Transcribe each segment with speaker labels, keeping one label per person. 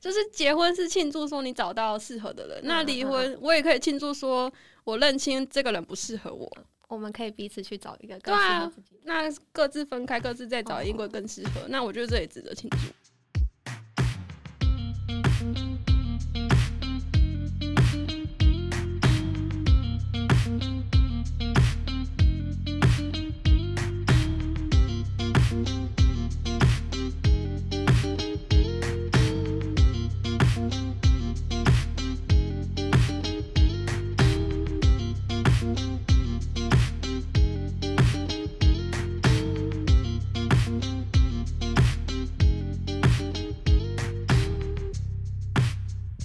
Speaker 1: 就是结婚是庆祝说你找到适合的人，那离婚我也可以庆祝说我认清这个人不适合我，
Speaker 2: 我们可以彼此去找一个
Speaker 1: 对
Speaker 2: 更适合
Speaker 1: 啊
Speaker 2: 自己。，
Speaker 1: 那各自分开，各自再找一个更适合，那我觉得这也值得庆祝。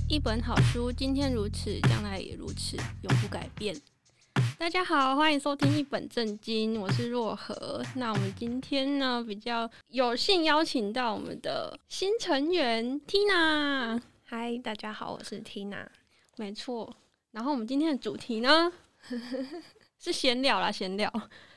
Speaker 1: 一本好书，今天如此，将来也如此，永不改变。大家好，欢迎收听《一本正经》，我是若何。那我们今天呢，比较有幸邀请到我们的新成员 Tina，
Speaker 2: 嗨，大家好，我是 Tina。
Speaker 1: 没错。然后我们今天的主题呢， 是闲聊啦，闲聊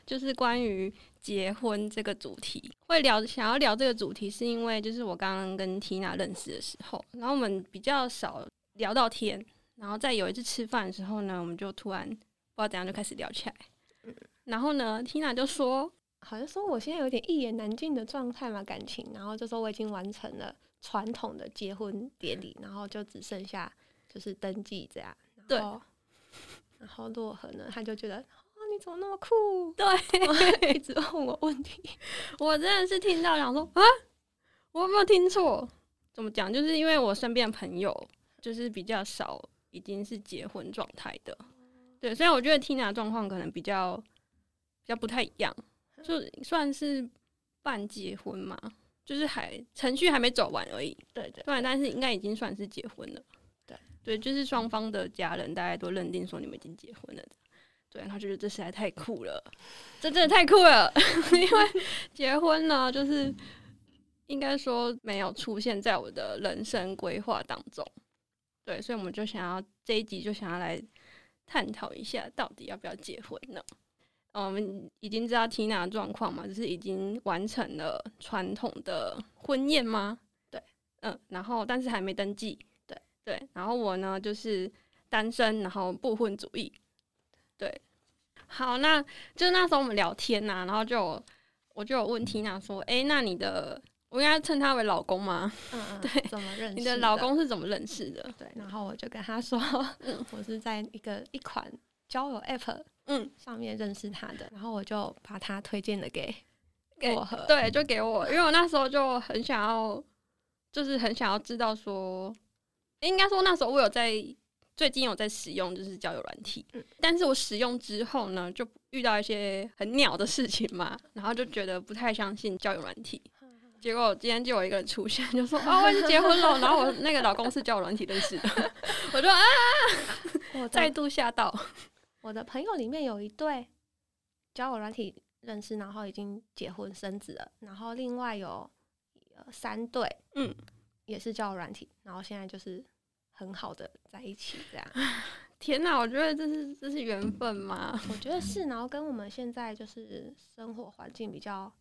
Speaker 1: 就是关于结婚这个主题。会聊想要聊这个主题，是因为就是我刚刚跟 Tina 认识的时候，然后我们比较少聊到天，然后在有一次吃饭的时候呢，我们就突然不知道怎样就开始聊起来。然后呢，Tina 就说
Speaker 2: 好像说我现在有点一言难尽的状态嘛，感情，然后就说我已经完成了传统的结婚典礼，然后就只剩下就是登记这样。
Speaker 1: 对
Speaker 2: 然后，然后洛河呢，他就觉得哦，你怎么那么酷：“？
Speaker 1: 对，
Speaker 2: 一直问我问题，
Speaker 1: 我真的是听到想说啊，我有没有听错？怎么讲？就是因为我身边的朋友就是比较少，已经是结婚状态的。对，虽然我觉得 Tina 的状况可能比较比较不太一样，就算是半结婚嘛，就是还程序还没走完而已。
Speaker 2: 对 对，
Speaker 1: 对，但是应该已经算是结婚了。
Speaker 2: 对
Speaker 1: 对，就是双方的家人大家都认定说你们已经结婚了。对，然后就觉得这实在太酷了，这真的太酷了， 因为结婚呢，就是应该说没有出现在我的人生规划当中。对，所以我们就想要这一集就想要来探讨一下，到底要不要结婚呢？呃我们已经知道 Tina 的状况嘛，就是已经完成了传统的婚宴吗？嗯，然后但是还没登记，
Speaker 2: 对
Speaker 1: 对，然后我呢就是单身，然后不婚主义，对。好，那就那时候我们聊天呐、然后就有我就有问缇娜说，诶，那你的我应该称他为老公吗？
Speaker 2: 嗯嗯，对，怎么认识
Speaker 1: 你的老公是嗯怎么认识的？
Speaker 2: 对，然后我就跟他说，我是在一个一款交友 App
Speaker 1: 嗯，
Speaker 2: 上面认识他的，然后我就把他推荐了给
Speaker 1: 给
Speaker 2: 我和
Speaker 1: 对，就给我，因为我那时候就很想要，就是很想要知道说，应该说那时候我有在最近有在使用就是交友软体，
Speaker 2: 嗯
Speaker 1: 但是我使用之后呢，就遇到一些很鸟的事情嘛，然后就觉得不太相信交友软体。结果今天就有一个人出现，就说：“哦，我已经结婚了。”然后我那个老公是交友软体认识的， 我就啊，
Speaker 2: 我
Speaker 1: 再
Speaker 2: 在
Speaker 1: 度吓到。
Speaker 2: 我的朋友里面有一对交友软体认识，然后已经结婚生子了，然后另外有呃三对，
Speaker 1: 嗯，
Speaker 2: 也是交友软体，然后现在就是很好的在一起这样。
Speaker 1: 天哪，我觉得这是这是缘分吗？
Speaker 2: 我觉得是，然后跟我们现在就是生活环境比较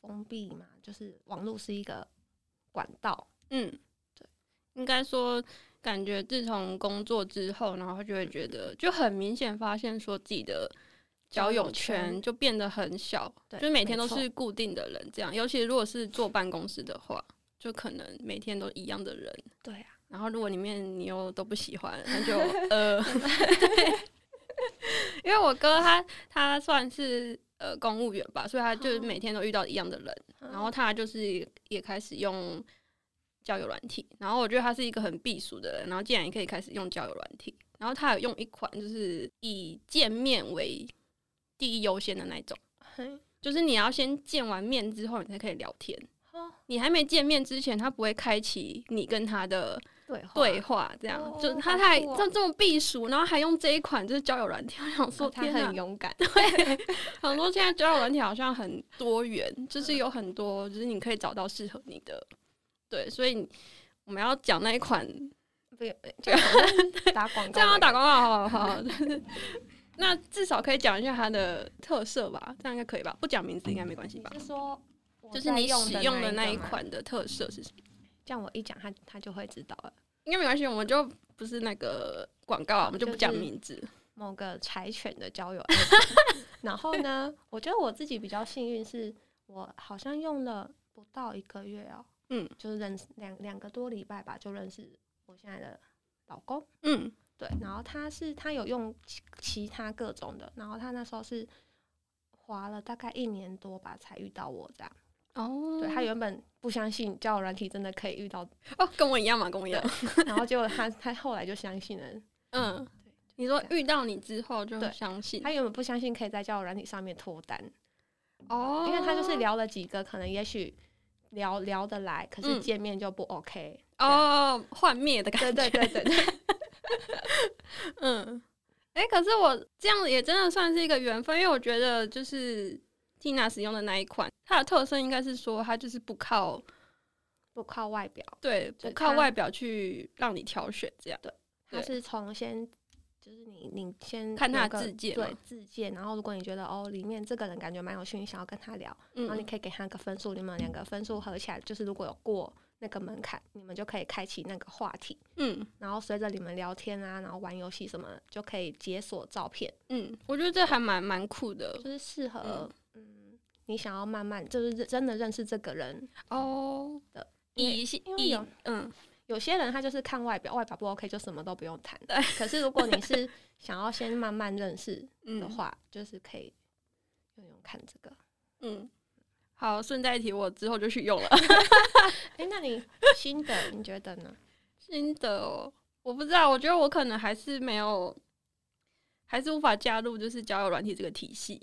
Speaker 2: 封闭嘛，就是网络是一个管道，
Speaker 1: 嗯，对，应该说，感觉自从工作之后，然后就会觉得，就很明显发现说自己的交
Speaker 2: 交友
Speaker 1: 友圈
Speaker 2: 圈
Speaker 1: 就变得很小，
Speaker 2: 对
Speaker 1: 就是每天
Speaker 2: 没
Speaker 1: 都
Speaker 2: 错
Speaker 1: 是固定的人这样。尤其如果是坐办公室的话，就可能每天都一样的人。
Speaker 2: 对啊，
Speaker 1: 然后如果里面你又都不喜欢，那 就呃，对，因为我哥他他算是呃公务员吧，所以他就是
Speaker 2: 哦
Speaker 1: 每天都遇到一样的人。然后他就是也开始用交友软体，然后我觉得他是一个很避暑的人，然后竟然也可以开始用交友软体，然后他有用一款就是以见面为第一优先的那一种，
Speaker 2: 嗯嘿
Speaker 1: 就是你要先见完面之后你才可以聊天，
Speaker 2: 哦
Speaker 1: 你还没见面之前他不会开启你跟他的
Speaker 2: 对话
Speaker 1: 对，话，这样、
Speaker 2: 哦
Speaker 1: 就
Speaker 2: 好
Speaker 1: 他太
Speaker 2: 酷哦
Speaker 1: 这这么避暑，然后还用这一款就是交友软体，我想说
Speaker 2: 说他
Speaker 1: 天哪
Speaker 2: 很，勇敢，
Speaker 1: 很多现在交友软体好像很多元，就是有很多，就是你可以找到适合你的。对，所以我们要讲那一款，
Speaker 2: 不 就好 像打广告，
Speaker 1: 这样要打广告好不好？好就是那至少可以讲一下它的特色吧，这样应该可以吧？不讲名字应该没关系吧？
Speaker 2: 你是说我
Speaker 1: 就是
Speaker 2: 在
Speaker 1: 你
Speaker 2: 用
Speaker 1: 嗯使用的那
Speaker 2: 一
Speaker 1: 一
Speaker 2: 个吗，
Speaker 1: 款的特色是什么？
Speaker 2: 这样我一讲他他就会知道了。
Speaker 1: 应该没关系，我们就不是那个广告啊，我们就不讲名字。
Speaker 2: 某个柴犬的 交友 app 然后呢，我觉得我自己比较幸运，是我好像用了不到一个月哦，
Speaker 1: 嗯，
Speaker 2: 就是认识两两个多礼拜吧，就认识我现在的老公。
Speaker 1: 嗯，
Speaker 2: 对，然后他是他有用其其他各种的，然后他那时候是花了大概一年多吧才遇到我这样。
Speaker 1: 哦
Speaker 2: 对他原本不相信交友软体真的可以遇到，
Speaker 1: 哦，跟我一样嘛，跟我一样。
Speaker 2: 然后结果他他后来就相信了。
Speaker 1: 嗯
Speaker 2: 对，
Speaker 1: 你说
Speaker 2: 这样
Speaker 1: 遇到你之后就
Speaker 2: 对
Speaker 1: 相信
Speaker 2: 他原本不相信可以在交友软体上面脱单，
Speaker 1: 哦，
Speaker 2: 因为他就是聊了几个，可能也许聊聊得来，可是
Speaker 1: 嗯
Speaker 2: 见面就不 OK、
Speaker 1: 哦幻灭的感觉。
Speaker 2: 对对对对对，
Speaker 1: 嗯，哎、可是我这样也真的算是一个缘分，因为我觉得就是 Tina 使用的那一款，它的特色应该是说它就是不靠
Speaker 2: 不靠外表，
Speaker 1: 对
Speaker 2: 就
Speaker 1: 不靠
Speaker 2: 它
Speaker 1: 外表去让你挑选这样。对
Speaker 2: 他是从先就是你你先
Speaker 1: 看他
Speaker 2: 有
Speaker 1: 的
Speaker 2: 个
Speaker 1: 自荐
Speaker 2: 对
Speaker 1: 嘛
Speaker 2: 自荐，然后如果你觉得哦里面这个人感觉蛮有趣，你想要跟他聊，然后你
Speaker 1: 嗯，
Speaker 2: 可以给他个分数，你们两个分数合起来，就是如果有过那个门槛，你们就可以开启那个话题，
Speaker 1: 嗯
Speaker 2: 然后随着你们聊天啊，然后玩游戏什么的，就可以解锁照片。
Speaker 1: 嗯，我觉得这还蛮蛮酷的
Speaker 2: 就是适合嗯你想要慢慢就是认真的认识这个人。
Speaker 1: 哦
Speaker 2: 的。因为
Speaker 1: 以是
Speaker 2: 因为
Speaker 1: 以
Speaker 2: 有
Speaker 1: 嗯
Speaker 2: 有些人他就是看外表，外表不 OK 就什么都不用谈
Speaker 1: 对。
Speaker 2: 可是如果你是想要先慢慢认识的
Speaker 1: 嗯
Speaker 2: 话，就是可以用用看这个。
Speaker 1: 嗯，好，顺带一提，我之后就去用了。
Speaker 2: 哎、那 你新的你觉得呢？
Speaker 1: 新的哦，我不知道，我觉得我可能还是没有，还是无法加入就是交友软体这个体系，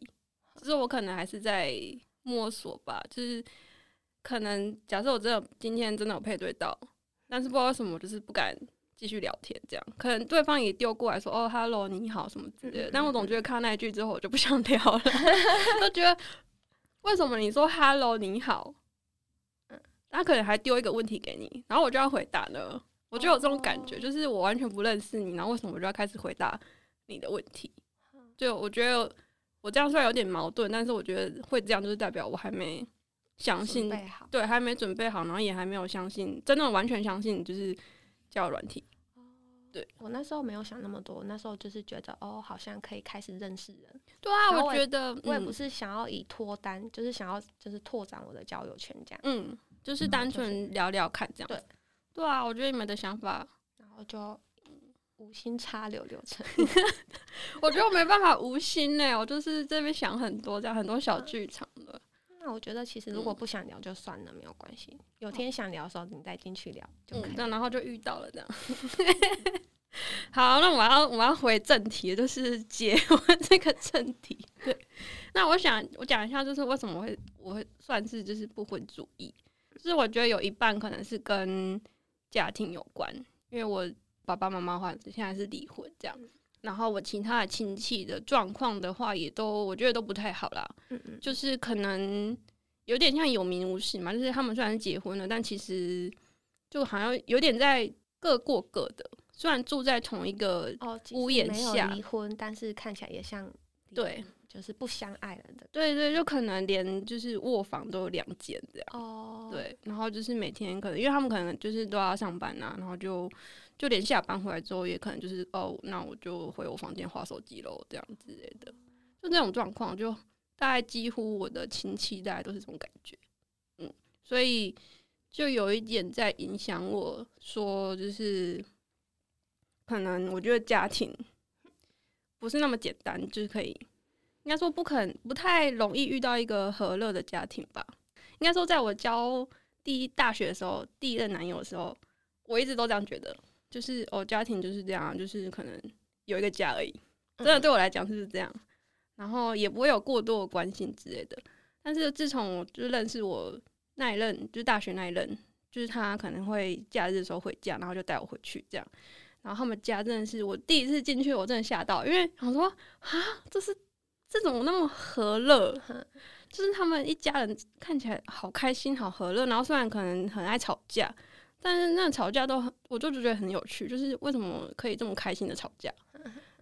Speaker 1: 就是我可能还是在摸索吧，就是可能假设我真的今天真的有配对到，但是不知道为什么我就是不敢继续聊天，这样可能对方也丢过来说哦，hello，你好什么之类
Speaker 2: 嗯嗯
Speaker 1: 的
Speaker 2: 嗯，
Speaker 1: 但我总觉得看到那一句之后我就不想聊了， 就觉得为什么你说 hello 你好，嗯他可能还丢一个问题给你，然后我就要回答呢。我就有这种感觉
Speaker 2: 哦
Speaker 1: 就是我完全不认识你，然后为什么我就要开始回答你的问题？就我觉得我这样虽然有点矛盾，但是我觉得会这样就是代表我还没相
Speaker 2: 准
Speaker 1: 信，
Speaker 2: 备好。
Speaker 1: 对，还没准备好，然后也还没有相信，真的完全相信就是交友软体。对
Speaker 2: 我那时候没有想那么多，那时候就是觉得哦，好像可以开始认识人。
Speaker 1: 对啊，
Speaker 2: 然
Speaker 1: 我
Speaker 2: 后我也
Speaker 1: 觉得
Speaker 2: 我也不
Speaker 1: 是，
Speaker 2: 是想要以脱单，就是想要就是拓展我的交友圈这样。
Speaker 1: 嗯，就是
Speaker 2: 嗯
Speaker 1: 单
Speaker 2: 就是
Speaker 1: 纯聊聊看这样。
Speaker 2: 对，
Speaker 1: 对啊，我觉得你们的想法，
Speaker 2: 然后就无心插柳柳成
Speaker 1: 我觉得我没办法无心呢、我就是这边想很多这样，很多小剧场的。
Speaker 2: 那我觉得其实如
Speaker 1: 嗯
Speaker 2: 果
Speaker 1: 哦
Speaker 2: 不想聊就算了，没有关系。有天想聊的时候，你再进去聊就可
Speaker 1: 嗯
Speaker 2: 以，
Speaker 1: 那
Speaker 2: 了。
Speaker 1: 然后就遇到了这样。 好，那我要我要回正题，就是结婚 这个正题。对，那我想我讲一下，就是为什么我会我会算是就是不婚主义，就是我觉得有一半可能是跟家庭有关，因为我爸爸妈妈的话现在是离婚这样，然后我其他的亲戚的状况的话，也都我觉得都不太好啦，
Speaker 2: 嗯嗯，
Speaker 1: 就是可能有点像有名无实嘛，就是他们虽然是结婚了，但其实就好像有点在各过各的，虽然住在同一个，
Speaker 2: 哦，即
Speaker 1: 屋
Speaker 2: 使
Speaker 1: 檐
Speaker 2: 没有
Speaker 1: 下
Speaker 2: 离婚，但是看起来也像离
Speaker 1: 对
Speaker 2: 婚，就是不相爱了的
Speaker 1: 对对，就可能连就是卧房都有两间这样，
Speaker 2: 哦。，
Speaker 1: 对，然后就是每天可能因为他们可能就是都要上班啊呐、然后就就连下班回来之后也可能就是哦，那我就回我房间划手机喽，这样之类的，就这种状况，就大概几乎我的亲戚大概都是这种感觉，嗯，所以就有一点在影响我说，就是可能我觉得家庭不是那么简单，就是可以应该说不肯不太容易遇到一个和乐的家庭吧。应该说，在我交第一大学的时候，第一任男友的时候，我一直都这样觉得，就是哦，家庭就是这样啊，就是可能有一个家而已。真的对我来讲就是这样，然后也不会有过多的关心之类的。但是自从我就认识我那一任，就是大学那一任，就是他可能会假日的时候回家，然后就带我回去这样。然后他们家真的是我第一次进去，我真的吓到，因为想说啊，这是这怎么那么和乐？就是他们一家人看起来好开心、好和乐，然后虽然可能很爱吵架，但是那吵架都很，我就觉得很有趣，就是为什么可以这么开心的吵架，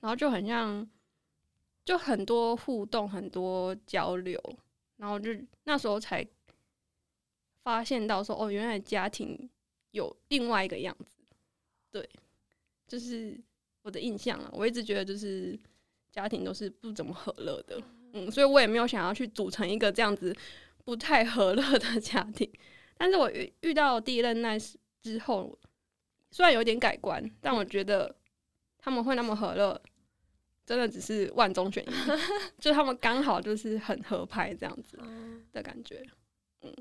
Speaker 1: 然后就很像，就很多互动、很多交流，然后就那时候才发现到说，哦，原来家庭有另外一个样子。对，就是我的印象啊，我一直觉得就是家庭都是不怎么和乐的，嗯，所以我也没有想要去组成一个这样子不太和乐的家庭。 但是我遇遇到第一任那之后，虽然有点改观，但我觉得他们会那么和乐，真的只是万中选一，就他们刚好就是很合拍这样子。
Speaker 2: 嗯
Speaker 1: 的感觉。嗯，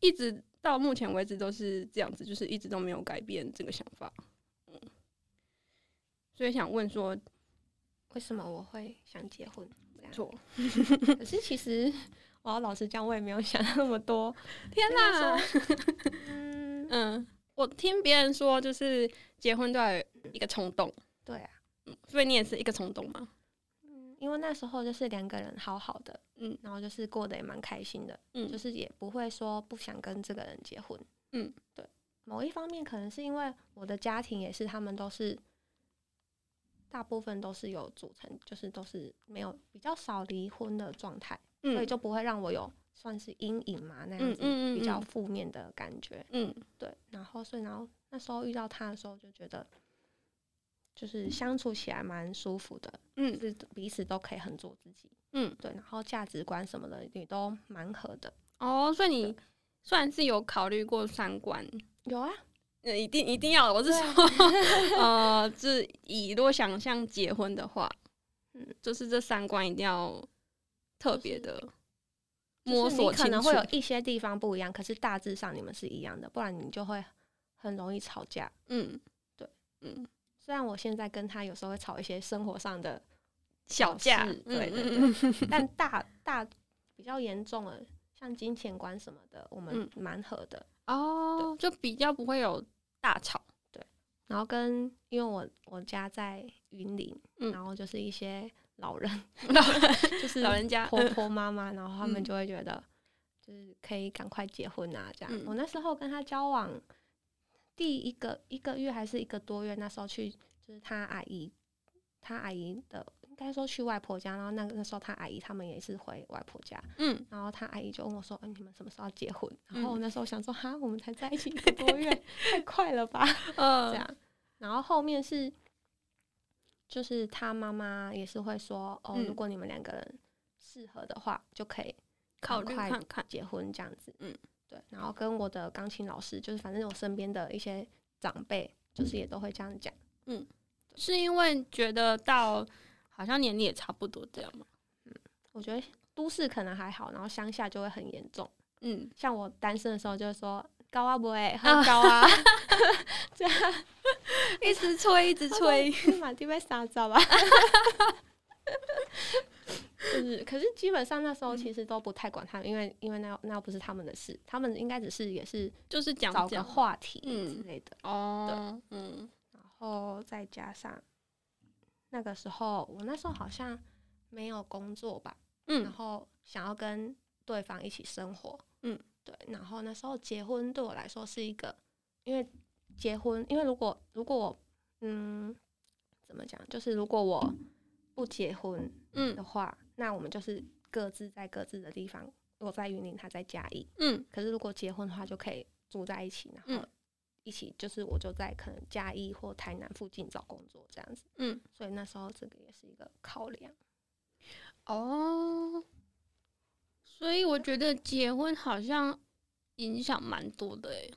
Speaker 1: 一直到目前为止都是这样子，就是一直都没有改变这个想法。嗯，所以想问说，
Speaker 2: 为什么我会想结 婚？这样
Speaker 1: 错，
Speaker 2: 可是其实我要老实讲，我也没有想那么多。
Speaker 1: 天
Speaker 2: 哪
Speaker 1: 哪！
Speaker 2: 嗯，
Speaker 1: 嗯，我听别人说，就是结婚都要有一个冲动，
Speaker 2: 对啊，
Speaker 1: 所以你也是一个冲动吗？
Speaker 2: 嗯因为那时候就是两个人好好的，
Speaker 1: 嗯
Speaker 2: 然后就是过得也蛮开心的，
Speaker 1: 嗯，
Speaker 2: 就是也不会说不想跟这个人结婚。
Speaker 1: 嗯，
Speaker 2: 对。某一方面可能是因为我的家庭也是，他们都是大部分都是有组成，就是都是没有比较少离婚的状态，所以
Speaker 1: 嗯
Speaker 2: 就不会让我有算是阴影嘛那样
Speaker 1: 嗯
Speaker 2: 子
Speaker 1: 嗯嗯
Speaker 2: 比较
Speaker 1: 嗯
Speaker 2: 负面的感觉。
Speaker 1: 嗯
Speaker 2: 对，然后所以然后那时候遇到他的时候就觉得。就是相处起来蛮舒服的，就
Speaker 1: 嗯
Speaker 2: 是彼此都可以很做自己，
Speaker 1: 嗯，
Speaker 2: 对，然后价值观什么的也都蛮合的。
Speaker 1: 哦，所以你算是有考虑过三观。
Speaker 2: 有啊，
Speaker 1: 嗯，一定一定要的。我是 说， 呃，就是以如果想象结婚的话，
Speaker 2: 嗯
Speaker 1: 就是这三观一定要特别的
Speaker 2: 就是
Speaker 1: 摸索
Speaker 2: 你
Speaker 1: 清楚。
Speaker 2: 可能会有一些地方不一样，可是大致上你们是一样的，不然你就会很容易吵架。
Speaker 1: 嗯，
Speaker 2: 对，
Speaker 1: 嗯，
Speaker 2: 虽然我现在跟他有时候会吵一些生活上的，
Speaker 1: 小架，
Speaker 2: 是
Speaker 1: 嗯
Speaker 2: 对对对
Speaker 1: 嗯嗯
Speaker 2: 但大大比较严重的，像金钱观什么的，我们
Speaker 1: 嗯
Speaker 2: 蛮合的。
Speaker 1: 哦，就比较不会有大吵。
Speaker 2: 然后跟因为我我家在云林，
Speaker 1: 嗯
Speaker 2: 然后就是一些老人，
Speaker 1: 老人
Speaker 2: 就是
Speaker 1: 老人家，
Speaker 2: 婆
Speaker 1: 嗯
Speaker 2: 婆妈妈，然后他们
Speaker 1: 嗯
Speaker 2: 就会觉得就是可以赶快结婚啊，这样。
Speaker 1: 嗯
Speaker 2: 我那时候跟他交往第一个一个月还是一个多月，那时候去就是他阿姨，他阿姨的应该说去外婆家，然后那个那时候他阿姨他们也是回外婆家，
Speaker 1: 嗯，
Speaker 2: 然后他阿姨就问我说：“嗯、你们什么时候要结婚？”
Speaker 1: 嗯
Speaker 2: 然后我那时候想说：“哈，我们才在一起一个多 月，太快了吧？”
Speaker 1: 呃，
Speaker 2: 这，样。然后后面是，就是他妈妈也是会说，哦，
Speaker 1: 嗯
Speaker 2: 如果你们两个人适合的话，就可以
Speaker 1: 考虑
Speaker 2: 快
Speaker 1: 看看。
Speaker 2: 结婚这样子。
Speaker 1: 嗯，
Speaker 2: 对。然后跟我的钢琴老师，就是反正我身边的一些长辈，就是也都会这样讲。
Speaker 1: 是因为觉得到好像年龄也差不多这样嘛？
Speaker 2: 我觉得都市可能还好，然后乡下就会很严重。
Speaker 1: 嗯，
Speaker 2: 像我单身的时候，就会说高啊不会，喝
Speaker 1: 啊
Speaker 2: 高啊，
Speaker 1: 一直催，一直催。
Speaker 2: 马蒂被杀掉吧。就是，可是基本上那时候其实都不太管他们，因为因为那那又不是他们的事，他们应该只是也是
Speaker 1: 就是讲
Speaker 2: 找个
Speaker 1: 讲
Speaker 2: 话题
Speaker 1: 嗯
Speaker 2: 之类的，
Speaker 1: 哦，嗯
Speaker 2: 然后再加上那个时候我那时候好像没有工作吧，然
Speaker 1: 嗯
Speaker 2: 后想要跟对方一起生活，
Speaker 1: 嗯，
Speaker 2: 对。然后那时候结婚对我来说是一个，因为结婚，因为如果如果我嗯怎么讲，就是如果我不结婚
Speaker 1: 嗯
Speaker 2: 的话，那我们就是各自在各自的地方，我在云林，他在嘉义。
Speaker 1: 嗯
Speaker 2: 可是如果结婚的话，就可以住在一起，然后
Speaker 1: 嗯
Speaker 2: 一起就是我就在可能嘉义或台南附近找工作这样子。
Speaker 1: 嗯，
Speaker 2: 所以那时候这个也是一个考量。
Speaker 1: 哦，所以我觉得结婚好像影响蛮多的诶，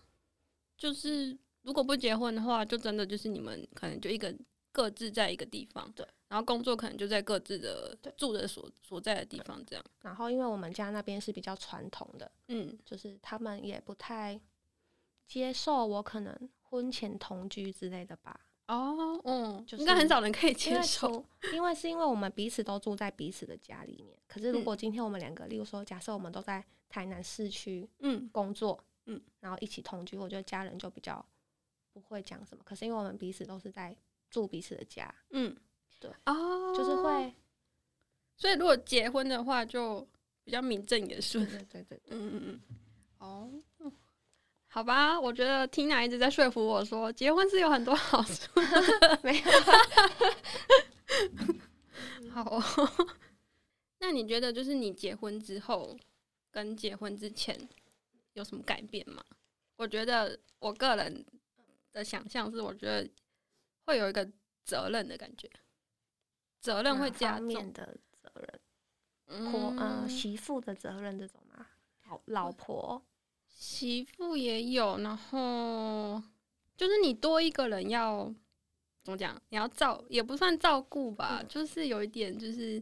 Speaker 1: 就是如果不结婚的话，就真的就是你们可能就一个各自在一个地方，
Speaker 2: 对，
Speaker 1: 然后工作可能就在各自的
Speaker 2: 对
Speaker 1: 住的所所在的地方，这样，
Speaker 2: 然后因为我们家那边是比较传统的，
Speaker 1: 嗯
Speaker 2: 就是他们也不太接受我可能婚前同居之类的吧，
Speaker 1: 哦，嗯，
Speaker 2: 就
Speaker 1: 应该很
Speaker 2: 是
Speaker 1: 少人可以
Speaker 2: 因
Speaker 1: 接
Speaker 2: 为
Speaker 1: 受，
Speaker 2: 除因为是因为我们彼此都住在彼此的家里面。可是如
Speaker 1: 嗯
Speaker 2: 果今天我们两个，例如说，假设我们都在台南市区
Speaker 1: 嗯
Speaker 2: 工作，
Speaker 1: 嗯，
Speaker 2: 然后一起同居，我觉得家人就比较不会讲什么。可是因为我们彼此都是在住彼此的家，
Speaker 1: 嗯，
Speaker 2: 对，
Speaker 1: 哦，
Speaker 2: 就是，会，
Speaker 1: 所以如果结婚的话，就比较名正言顺
Speaker 2: 对，对对对，
Speaker 1: 嗯嗯嗯，哦，好吧，我觉得 Tina 一直在说服我说，结婚是有很多好处。
Speaker 2: 没有。
Speaker 1: 好、哦， 那你觉得就是你结婚之后跟结婚之前有什么改变吗？我觉得我个人的想象是，我觉得会有一个责任的感觉，责任会
Speaker 2: 哪
Speaker 1: 加
Speaker 2: 方
Speaker 1: 重
Speaker 2: 面。的责任，婆
Speaker 1: 嗯
Speaker 2: 嗯、媳妇的责任这种吗？老老婆
Speaker 1: 媳妇也有，然后就是你多一个人要怎么讲？你要照也不算照顾吧，
Speaker 2: 嗯
Speaker 1: 就是有一点，就是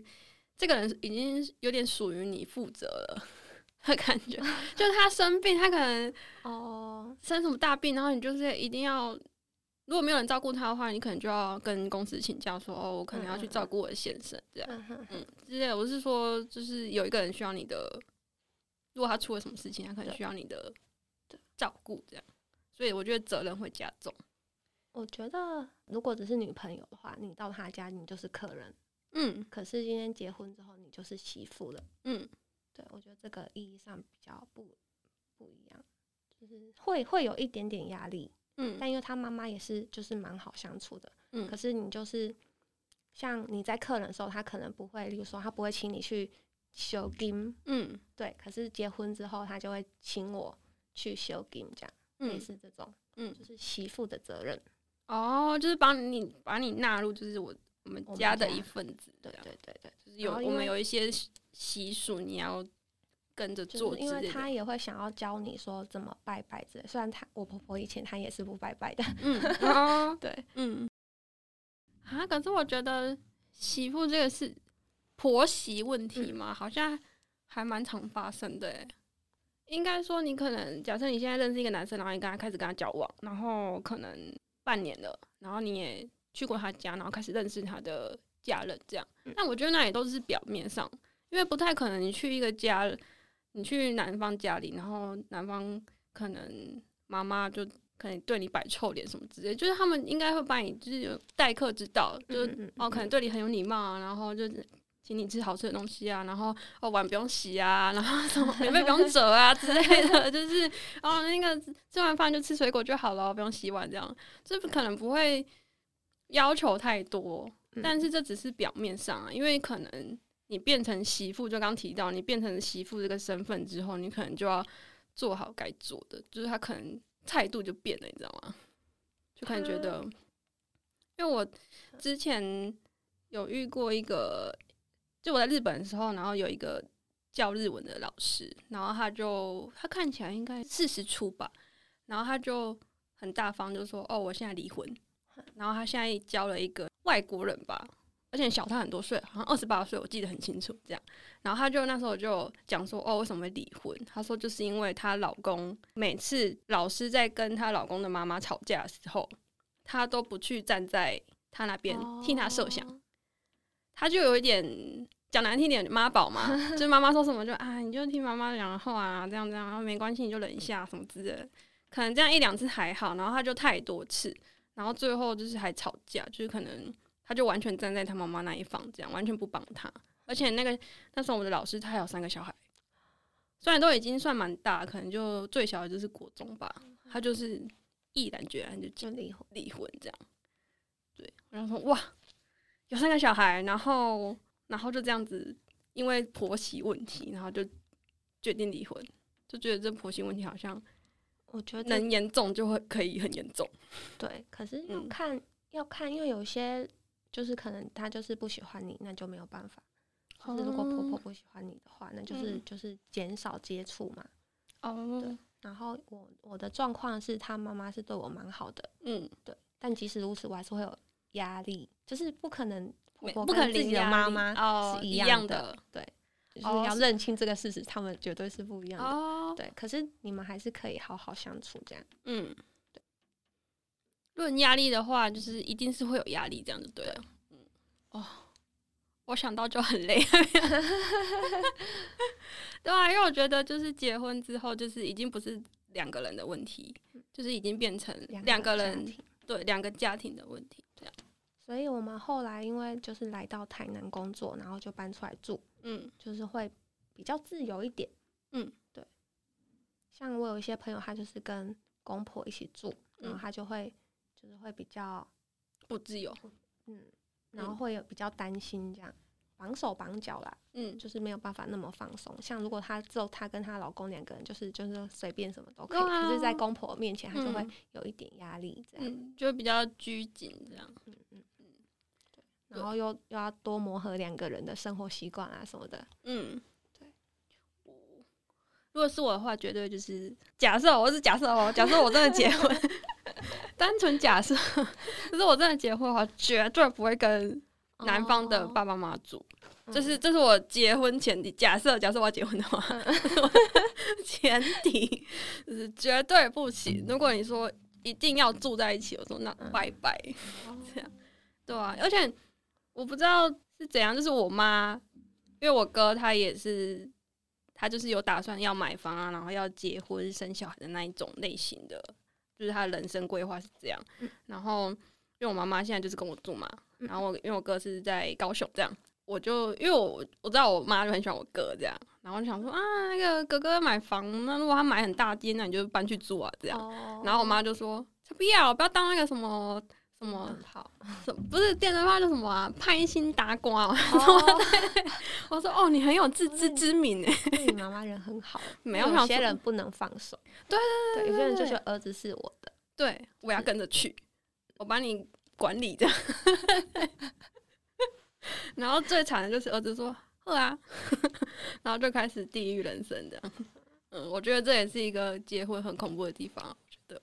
Speaker 1: 这个人已经有点属于你负责了的感觉。就是他生病，他可能
Speaker 2: 哦，
Speaker 1: 生什么大病，然后你就是一定要，如果没有人照顾他的话，你可能就要跟公司请教说，哦，我可能要去照顾我的先生这样
Speaker 2: 嗯哼，
Speaker 1: 嗯之类的。我是说，就是有一个人需要你的，如果他出了什么事情，他可能
Speaker 2: 对
Speaker 1: 需要你的照顾这样。所以我觉得责任会加重。
Speaker 2: 我觉得如果只是女朋友的话，你到她家你就是客人，
Speaker 1: 嗯
Speaker 2: 可是今天结婚之后你就是媳妇了。
Speaker 1: 嗯
Speaker 2: 对我觉得这个意义上比较不不一样，就是会会有一点点压力，
Speaker 1: 嗯
Speaker 2: 但因为他妈妈也是就是蛮好相处的，可
Speaker 1: 嗯
Speaker 2: 是你就是像你在客人的时候，他可能不会，例如说他不会请你去修金，
Speaker 1: 嗯
Speaker 2: 对，可是结婚之后他就会请我去修金，这样、类
Speaker 1: 嗯，
Speaker 2: 似这种，
Speaker 1: 嗯
Speaker 2: 就是媳妇的责任，
Speaker 1: 哦，就是把你把你纳入，就是我我们
Speaker 2: 我们
Speaker 1: 家的
Speaker 2: 家
Speaker 1: 一份子这
Speaker 2: 对
Speaker 1: 样。
Speaker 2: 对对对，
Speaker 1: 就是有
Speaker 2: 然后因
Speaker 1: 我们
Speaker 2: 为
Speaker 1: 有一些习习俗，你要跟着
Speaker 2: 就
Speaker 1: 做
Speaker 2: 是
Speaker 1: 之
Speaker 2: 因为
Speaker 1: 类
Speaker 2: 他
Speaker 1: 的。
Speaker 2: 也会想要教你说怎么拜拜之类，虽然他我婆婆以前她也是不拜拜的，
Speaker 1: 嗯，哦，
Speaker 2: 对，
Speaker 1: 嗯，啊，可是我觉得媳妇这个是婆媳问题嘛，好像还蛮常发生的欸。应该说，你可能假设你现在认识一个男生，然后你跟他开始跟他交往，然后可能半年了，然后你也去过他家，然后开始认识他的家人，这样
Speaker 2: 嗯。
Speaker 1: 但我觉得那也都是表面上，因为不太可能你去一个家，你去男方家里，然后男方可能妈妈就可能对你摆臭脸什么之类，就是他们应该会把你就是有待客之道， 就是
Speaker 2: 嗯嗯
Speaker 1: 哦，可
Speaker 2: 嗯
Speaker 1: 能对你很有礼貌啊，然后就是请你吃好吃的东西啊，然后哦碗不用洗啊，然后 什么棉被不用折啊之类的，就是哦那个吃完饭就吃水果就好了，不用洗碗这样，这可能不会要求太多，
Speaker 2: 嗯
Speaker 1: 但是这只是表面上啊，因为可能你变成媳妇，就刚提到你变成媳妇这个身份之后，你可能就要做好该做的，就是他可能态度就变了，你知道吗？就可能觉得，因为我之前有遇过一个，就我在日本的时候，然后有一个教日文的老师，然后他就他看起来应该四十出吧，然后他就很大方，就说：“哦，我现在离婚。”然后他现在交了一个外国人吧，而且小他很多岁，好像二十八岁，我记得很清楚。这样，然后他就那时候就讲说：“哦，为什么会离婚？”她说：“就是因为她老公每次老师在跟她老公的妈妈吵架的时候，她都不去站在她那边替她设想。”
Speaker 2: 哦
Speaker 1: 他就有一点讲难听点妈宝 嘛，就是妈妈说什么就啊，你就听妈妈讲，然后啊这样这样，然后没关系你就忍一下什么之类的，可能这样一两次还好，然后他就太多次，然后最后就是还吵架，就是可能他就完全站在他妈妈那一方，这样完全不帮他，而且那个那时候我的老师他还有三个小孩，虽然都已经算蛮大，可能就最小的就是国中吧，他就是毅然决然就
Speaker 2: 嗯就离婚，
Speaker 1: 离婚这样。对，然后说哇，有三个小孩，然后然后就这样子，因为婆媳问题，然后就决定离婚，就觉得这婆媳问题好像
Speaker 2: 我觉得
Speaker 1: 能严重就会可以很严重。
Speaker 2: 对，可是要
Speaker 1: 嗯
Speaker 2: 看、要看，因为有些就是可能他就是不喜欢你，那就没有办法。哦就是如果婆婆不喜欢你的话，那就是、
Speaker 1: 哦嗯
Speaker 2: 就是减少接触嘛。
Speaker 1: 哦
Speaker 2: 对，然后我我的状况是，他妈妈是对我蛮好的，
Speaker 1: 嗯，
Speaker 2: 但即使如此，我还是会有压力，就是不可能婆
Speaker 1: 没
Speaker 2: 婆
Speaker 1: 不可
Speaker 2: 跟
Speaker 1: 能
Speaker 2: 自己的
Speaker 1: 零
Speaker 2: 妈
Speaker 1: 压力
Speaker 2: 妈，
Speaker 1: 哦
Speaker 2: 是一
Speaker 1: 一
Speaker 2: 样
Speaker 1: 的
Speaker 2: 就是
Speaker 1: 哦
Speaker 2: 要
Speaker 1: 是
Speaker 2: 认清这个事实，他们绝对是不一样的。
Speaker 1: 哦，
Speaker 2: 对，可是你们还是可以好好相处这样。
Speaker 1: 嗯，对。论压力的话，就是一定是会有压力，这样就对了。嗯，哦，我想到就很累。 对啊，因为我觉得就是结婚之后，就是已经不是两个人的问题，就是已经变成两个
Speaker 2: 家
Speaker 1: 人
Speaker 2: 庭
Speaker 1: 对两个家庭的问题。这样，
Speaker 2: 所以我们后来因为就是来到台南工作，然后就搬出来住，
Speaker 1: 嗯
Speaker 2: 就是会比较自由一点。
Speaker 1: 嗯，
Speaker 2: 对。像我有一些朋友，他就是跟公婆一起住，然后
Speaker 1: 嗯
Speaker 2: 他就会就是会比较
Speaker 1: 不自由。
Speaker 2: 嗯，然后会有比较担心这样。绑手绑脚啦，
Speaker 1: 嗯，
Speaker 2: 就是没有办法那么放松。像如果她只有她跟她老公两个人，就是就是随便什么都可以，
Speaker 1: 对啊
Speaker 2: 可是，在公婆面前，她就会
Speaker 1: 嗯
Speaker 2: 有一点压力这样。
Speaker 1: 嗯，就比较拘谨这样。
Speaker 2: 嗯嗯嗯，对然后又又要多磨合两个人的生活习惯啊什么的。
Speaker 1: 嗯，
Speaker 2: 对
Speaker 1: 我。如果是我的话，绝对就是假设我是假设 哦，假设我真的结婚， 单纯假设，可是我真的结婚的话，绝对不会跟男方的
Speaker 2: 哦
Speaker 1: 爸爸妈妈住，
Speaker 2: 嗯
Speaker 1: 这是这是我结婚前提。假设假设我要结婚的 话，这是我的前提就是绝对不行。如果你说一定要住在一起，我说那
Speaker 2: 嗯
Speaker 1: 拜拜。
Speaker 2: 哦
Speaker 1: 这样对啊，而且我不知道是怎样，就是我妈，因为我哥他也是，他就是有打算要买房啊，然后要结婚生小孩的那一种类型的，就是他人生规划是这样。然后因为我妈妈现在就是跟我住嘛，
Speaker 2: 嗯
Speaker 1: 然后我因为我哥是在高雄这样。我就因为我我知道我妈就很喜欢我哥这样，然后我就想说啊，那个哥哥买房，那如果他买很大间，那你就搬去住啊这样。
Speaker 2: 哦
Speaker 1: 然后我妈就说：“不要，不要当那个什么什么
Speaker 2: 很嗯 好，
Speaker 1: 什么不是电灯泡叫什么啊？拍心打瓜哦。
Speaker 2: 哦
Speaker 1: 我说哦，你很有自知之明哎。
Speaker 2: 那你妈妈人很好，
Speaker 1: 没有
Speaker 2: 有
Speaker 1: 想
Speaker 2: 些
Speaker 1: 说
Speaker 2: 人不能放手，
Speaker 1: 对
Speaker 2: 对有些人就觉得儿子是我的，
Speaker 1: 对，我要跟着去，我帮你管理这样。 然后最惨的就是儿子说喝啊， 然后就开始地狱人生这样。嗯，我觉得这也是一个结婚很恐怖的地方，我觉得。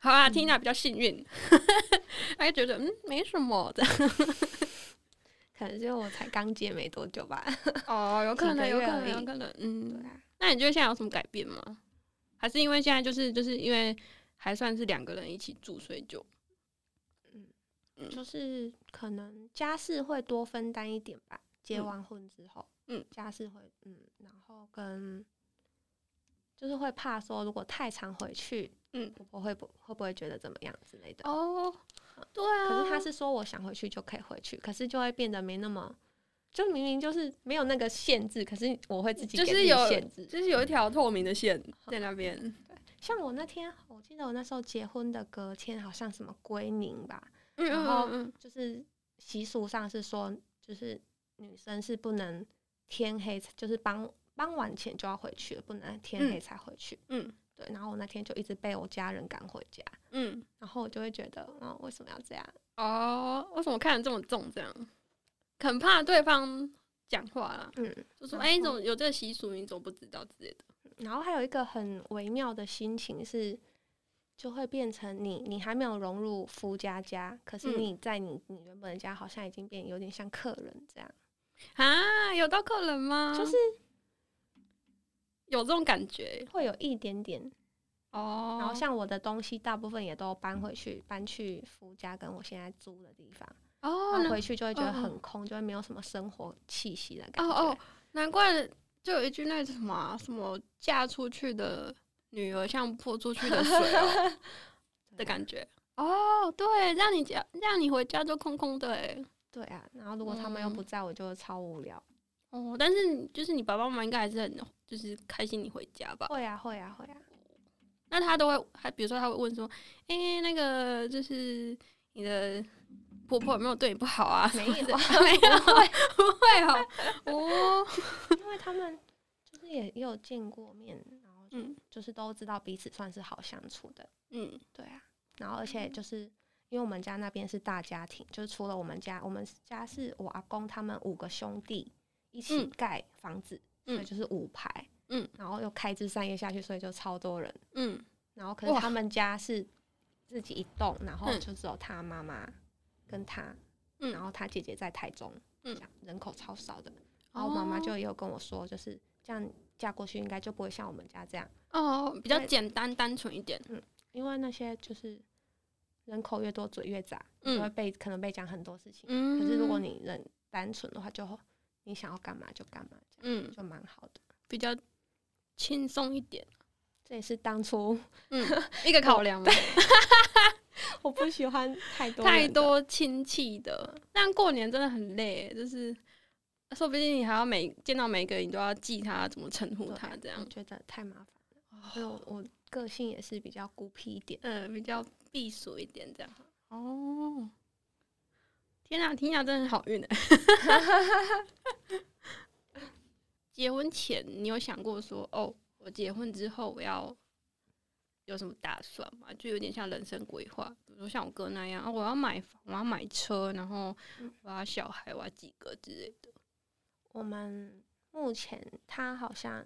Speaker 1: 好啊、缇 t i n a 比较幸运， 她就觉得嗯没什么的。
Speaker 2: 可能就我才刚结没多久吧。
Speaker 1: 哦，有可
Speaker 2: 几
Speaker 1: 能，
Speaker 2: 个
Speaker 1: 有可
Speaker 2: 月而
Speaker 1: 能，有
Speaker 2: 已
Speaker 1: 可能，嗯。
Speaker 2: 对啊，
Speaker 1: 那你觉得现在有什么改变吗？还是因为现在就是就是因为还算是两个人一起住，所以就嗯
Speaker 2: 就是可能家事会多分担一点吧。结
Speaker 1: 嗯
Speaker 2: 完婚之后，
Speaker 1: 嗯，
Speaker 2: 家事会，嗯，然后跟就是会怕说，如果太常回去，
Speaker 1: 嗯
Speaker 2: 婆婆会不会不会觉得怎么样之类的。
Speaker 1: 哦，对啊
Speaker 2: 可是他是说我想回去就可以回去，可是就会变得没那么，就明明就是没有那个限制，可是我会自己
Speaker 1: 就
Speaker 2: 给
Speaker 1: 是
Speaker 2: 自己
Speaker 1: 有
Speaker 2: 限制。
Speaker 1: 就是有一条透明的线在那 边，
Speaker 2: 像我那天，我记得我那时候结婚的隔天，好像什么归宁吧，
Speaker 1: 嗯
Speaker 2: 然
Speaker 1: 嗯
Speaker 2: 后
Speaker 1: 嗯
Speaker 2: 就是习俗上是说，就是女生是不能天黑，就是傍傍晚前就要回去了，不能天黑才回去。
Speaker 1: 嗯
Speaker 2: 对，然后我那天就一直被我家人赶回家，
Speaker 1: 嗯，
Speaker 2: 然后我就会觉得，嗯，为什么要这样？
Speaker 1: 哦，为什么看得这么重？这样，很怕对方讲话啦，
Speaker 2: 嗯，
Speaker 1: 就说
Speaker 2: 然
Speaker 1: 哎，你
Speaker 2: 后
Speaker 1: 怎么有这个习俗？你怎么不知道之类的？
Speaker 2: 然后还有一个很微妙的心情是，就会变成你你还没有融入夫家家，可是
Speaker 1: 嗯
Speaker 2: 你在你你原本的家好像已经变有点像客人这样，
Speaker 1: 啊，有到客人吗？
Speaker 2: 就是
Speaker 1: 有这种感觉
Speaker 2: 会有一点点。
Speaker 1: 哦。
Speaker 2: 然后像我的东西大部分也都搬回去，搬去夫家跟我现在租的地方，
Speaker 1: 哦
Speaker 2: 然，后
Speaker 1: 那
Speaker 2: 回去就会觉得
Speaker 1: 嗯嗯
Speaker 2: 很空，就会没有什么生活气息的感
Speaker 1: 哦
Speaker 2: 觉。
Speaker 1: 哦，难怪就有一句那什么啊、什么嫁出去的女儿像泼出去的水、 哦、的感觉。哦，对，让你家让你回家就空空的哎。
Speaker 2: 对啊，然后如果他们又不在，我就超无聊。
Speaker 1: 嗯哦，但是你就是你爸爸妈妈应该还是很就是开心你回家吧？
Speaker 2: 会啊，会啊，会啊。
Speaker 1: 那他都会，还比如说他会问说，哎、那个就是你的婆婆有没有 对你不好啊？
Speaker 2: 没
Speaker 1: 什么的
Speaker 2: 有
Speaker 1: 没有， 不会哦。哦，
Speaker 2: 因为他们就是也也有见过面，然后就
Speaker 1: 嗯
Speaker 2: 就是都知道彼此算是好相处的，
Speaker 1: 嗯
Speaker 2: 对啊。然后而且就是因为我们家那边是大家庭，就是除了我们家，我们家是我阿公他们五个兄弟一起
Speaker 1: 嗯
Speaker 2: 盖房子，所以
Speaker 1: 嗯
Speaker 2: 就是五排，
Speaker 1: 嗯，
Speaker 2: 然后又开枝散叶下去，所以就超多人。
Speaker 1: 嗯，
Speaker 2: 然后可是
Speaker 1: 哇
Speaker 2: 他们家是自己一栋，然后
Speaker 1: 嗯
Speaker 2: 就只有他妈妈跟他，
Speaker 1: 嗯
Speaker 2: 然后他姐姐在台中，
Speaker 1: 嗯哦
Speaker 2: 这样人口超少的。然后我妈妈就也有跟我说，就是这样嫁过去应该就不会像我们家这样，
Speaker 1: 哦，比较
Speaker 2: 对
Speaker 1: 简单单纯一点。
Speaker 2: 因为那些就是人口越多嘴越杂，
Speaker 1: 嗯
Speaker 2: 就会被可能被讲很多事情。
Speaker 1: 嗯，
Speaker 2: 可是如果你人单纯的话就，你想要干嘛就干嘛，这样
Speaker 1: 嗯
Speaker 2: 就蛮好的。
Speaker 1: 比较轻松一点，
Speaker 2: 这也是当初
Speaker 1: 嗯， 一个考量嘛，
Speaker 2: 我不喜欢太多
Speaker 1: 太
Speaker 2: 人的
Speaker 1: 多亲戚的。但过年真的很累，欸就是说不定你还要每见到每一个人，你都要记他怎么称呼
Speaker 2: 对
Speaker 1: 他，这
Speaker 2: 我
Speaker 1: 样，
Speaker 2: 觉得太麻烦了。哦所以我我个性也是比较
Speaker 1: 呃
Speaker 2: 孤僻一点，
Speaker 1: 嗯，比较避暑一点这样。哦，天哪、缇娜真的很好运欸的。结婚前，你有想过说，哦，我结婚之后我要有什么打算吗？就有点像人生规划，比如说像我哥那样，啊，我要买房，我要买车，然后我要小孩，我要几个之类的。
Speaker 2: 我们目前他好像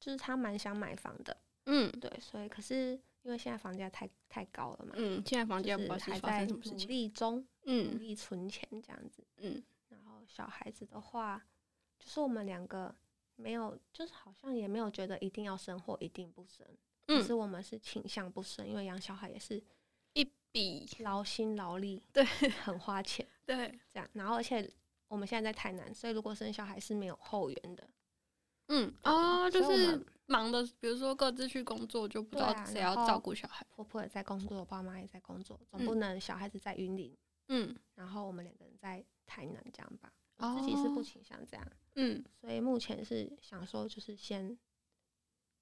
Speaker 2: 就是他蛮想买房的，
Speaker 1: 嗯
Speaker 2: 对，所以可是因为现在房价太太高了嘛，
Speaker 1: 嗯，现在房价
Speaker 2: 就
Speaker 1: 不知
Speaker 2: 是
Speaker 1: 道是
Speaker 2: 还
Speaker 1: 发
Speaker 2: 在
Speaker 1: 生什
Speaker 2: 努
Speaker 1: 么事情。
Speaker 2: 力中，努
Speaker 1: 嗯
Speaker 2: 力存钱这样子。
Speaker 1: 嗯
Speaker 2: 然后小孩子的话，就是我们两个没有，就是好像也没有觉得一定要生或一定不生，可是
Speaker 1: 嗯，
Speaker 2: 我们是倾向不生，因为养小孩也是
Speaker 1: 一笔
Speaker 2: 劳心劳力，
Speaker 1: 对，
Speaker 2: 很花钱
Speaker 1: 对，
Speaker 2: 这样。然后而且我们现在在台南，所以如果生小孩是没有后援的。
Speaker 1: 嗯哦，就
Speaker 2: 所以我
Speaker 1: 是
Speaker 2: 们
Speaker 1: 忙的，比如说各自去工作，就不知
Speaker 2: 对
Speaker 1: 道
Speaker 2: 啊
Speaker 1: 谁
Speaker 2: 然
Speaker 1: 要
Speaker 2: 后
Speaker 1: 照顾小孩。
Speaker 2: 婆婆也在工作，我爸妈也在工作，总
Speaker 1: 嗯
Speaker 2: 不能小孩子在云林，
Speaker 1: 嗯
Speaker 2: 然后我们两个人在台南这样吧。我自己是
Speaker 1: 哦
Speaker 2: 不倾向这样。
Speaker 1: 嗯
Speaker 2: 所以目前是想说，就是先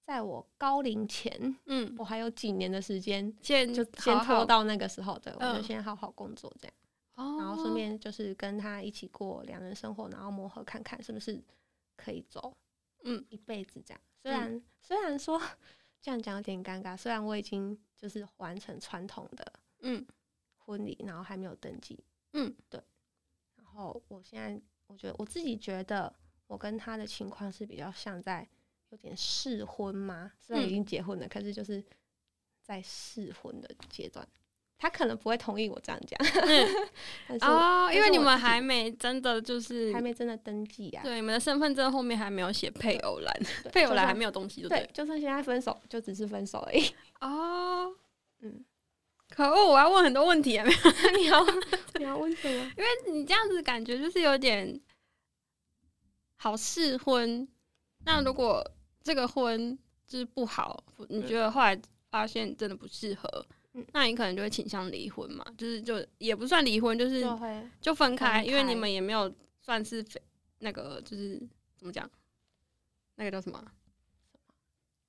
Speaker 2: 在我高龄前，
Speaker 1: 嗯，
Speaker 2: 我还有几年的时间，
Speaker 1: 先嗯
Speaker 2: 就
Speaker 1: 好
Speaker 2: 先
Speaker 1: 好
Speaker 2: 拖到那个时候，对，我
Speaker 1: 嗯
Speaker 2: 就先好好工作这样，
Speaker 1: 哦，
Speaker 2: 然后顺便就是跟他一起过两人生活，然后磨合看看是不是可以走，
Speaker 1: 嗯，
Speaker 2: 一辈子这样。虽然、虽然说 这样讲有点尴尬，虽然我已经就是完成传统的
Speaker 1: 嗯
Speaker 2: 婚礼，然后还没有登记，
Speaker 1: 嗯，
Speaker 2: 对。然后我现在我觉得我自己觉得我跟他的情况是比较像在有点试婚嘛，虽然
Speaker 1: 嗯
Speaker 2: 已经结婚了，可是就是在试婚的阶段。他可能不会同意我这样讲， 但是我
Speaker 1: 嗯哦，因为
Speaker 2: 但是
Speaker 1: 你
Speaker 2: 我
Speaker 1: 们
Speaker 2: 自己
Speaker 1: 还没真的就是
Speaker 2: 还没真的登记啊。
Speaker 1: 对你们的身份证后面还没有写配偶栏，
Speaker 2: 对
Speaker 1: 配
Speaker 2: 就
Speaker 1: 偶栏还
Speaker 2: 算
Speaker 1: 没有东西，对不
Speaker 2: 对
Speaker 1: 对？，
Speaker 2: 就算现在分手，就只是分手而已。
Speaker 1: 哦，
Speaker 2: 嗯，
Speaker 1: 可恶，我要问很多问题啊，没有
Speaker 2: 你要 你要问啊什么？
Speaker 1: 因为你这样子感觉就是有点好试婚。那如果这个婚就是不好，你觉得后来发现真的不适合，
Speaker 2: 嗯
Speaker 1: 那你可能就会倾向离婚嘛？就是就也不算离婚，就是
Speaker 2: 就会
Speaker 1: 就分开，
Speaker 2: 分开
Speaker 1: 因为你们也没有算是非那个就是怎么讲，那个叫什么啊？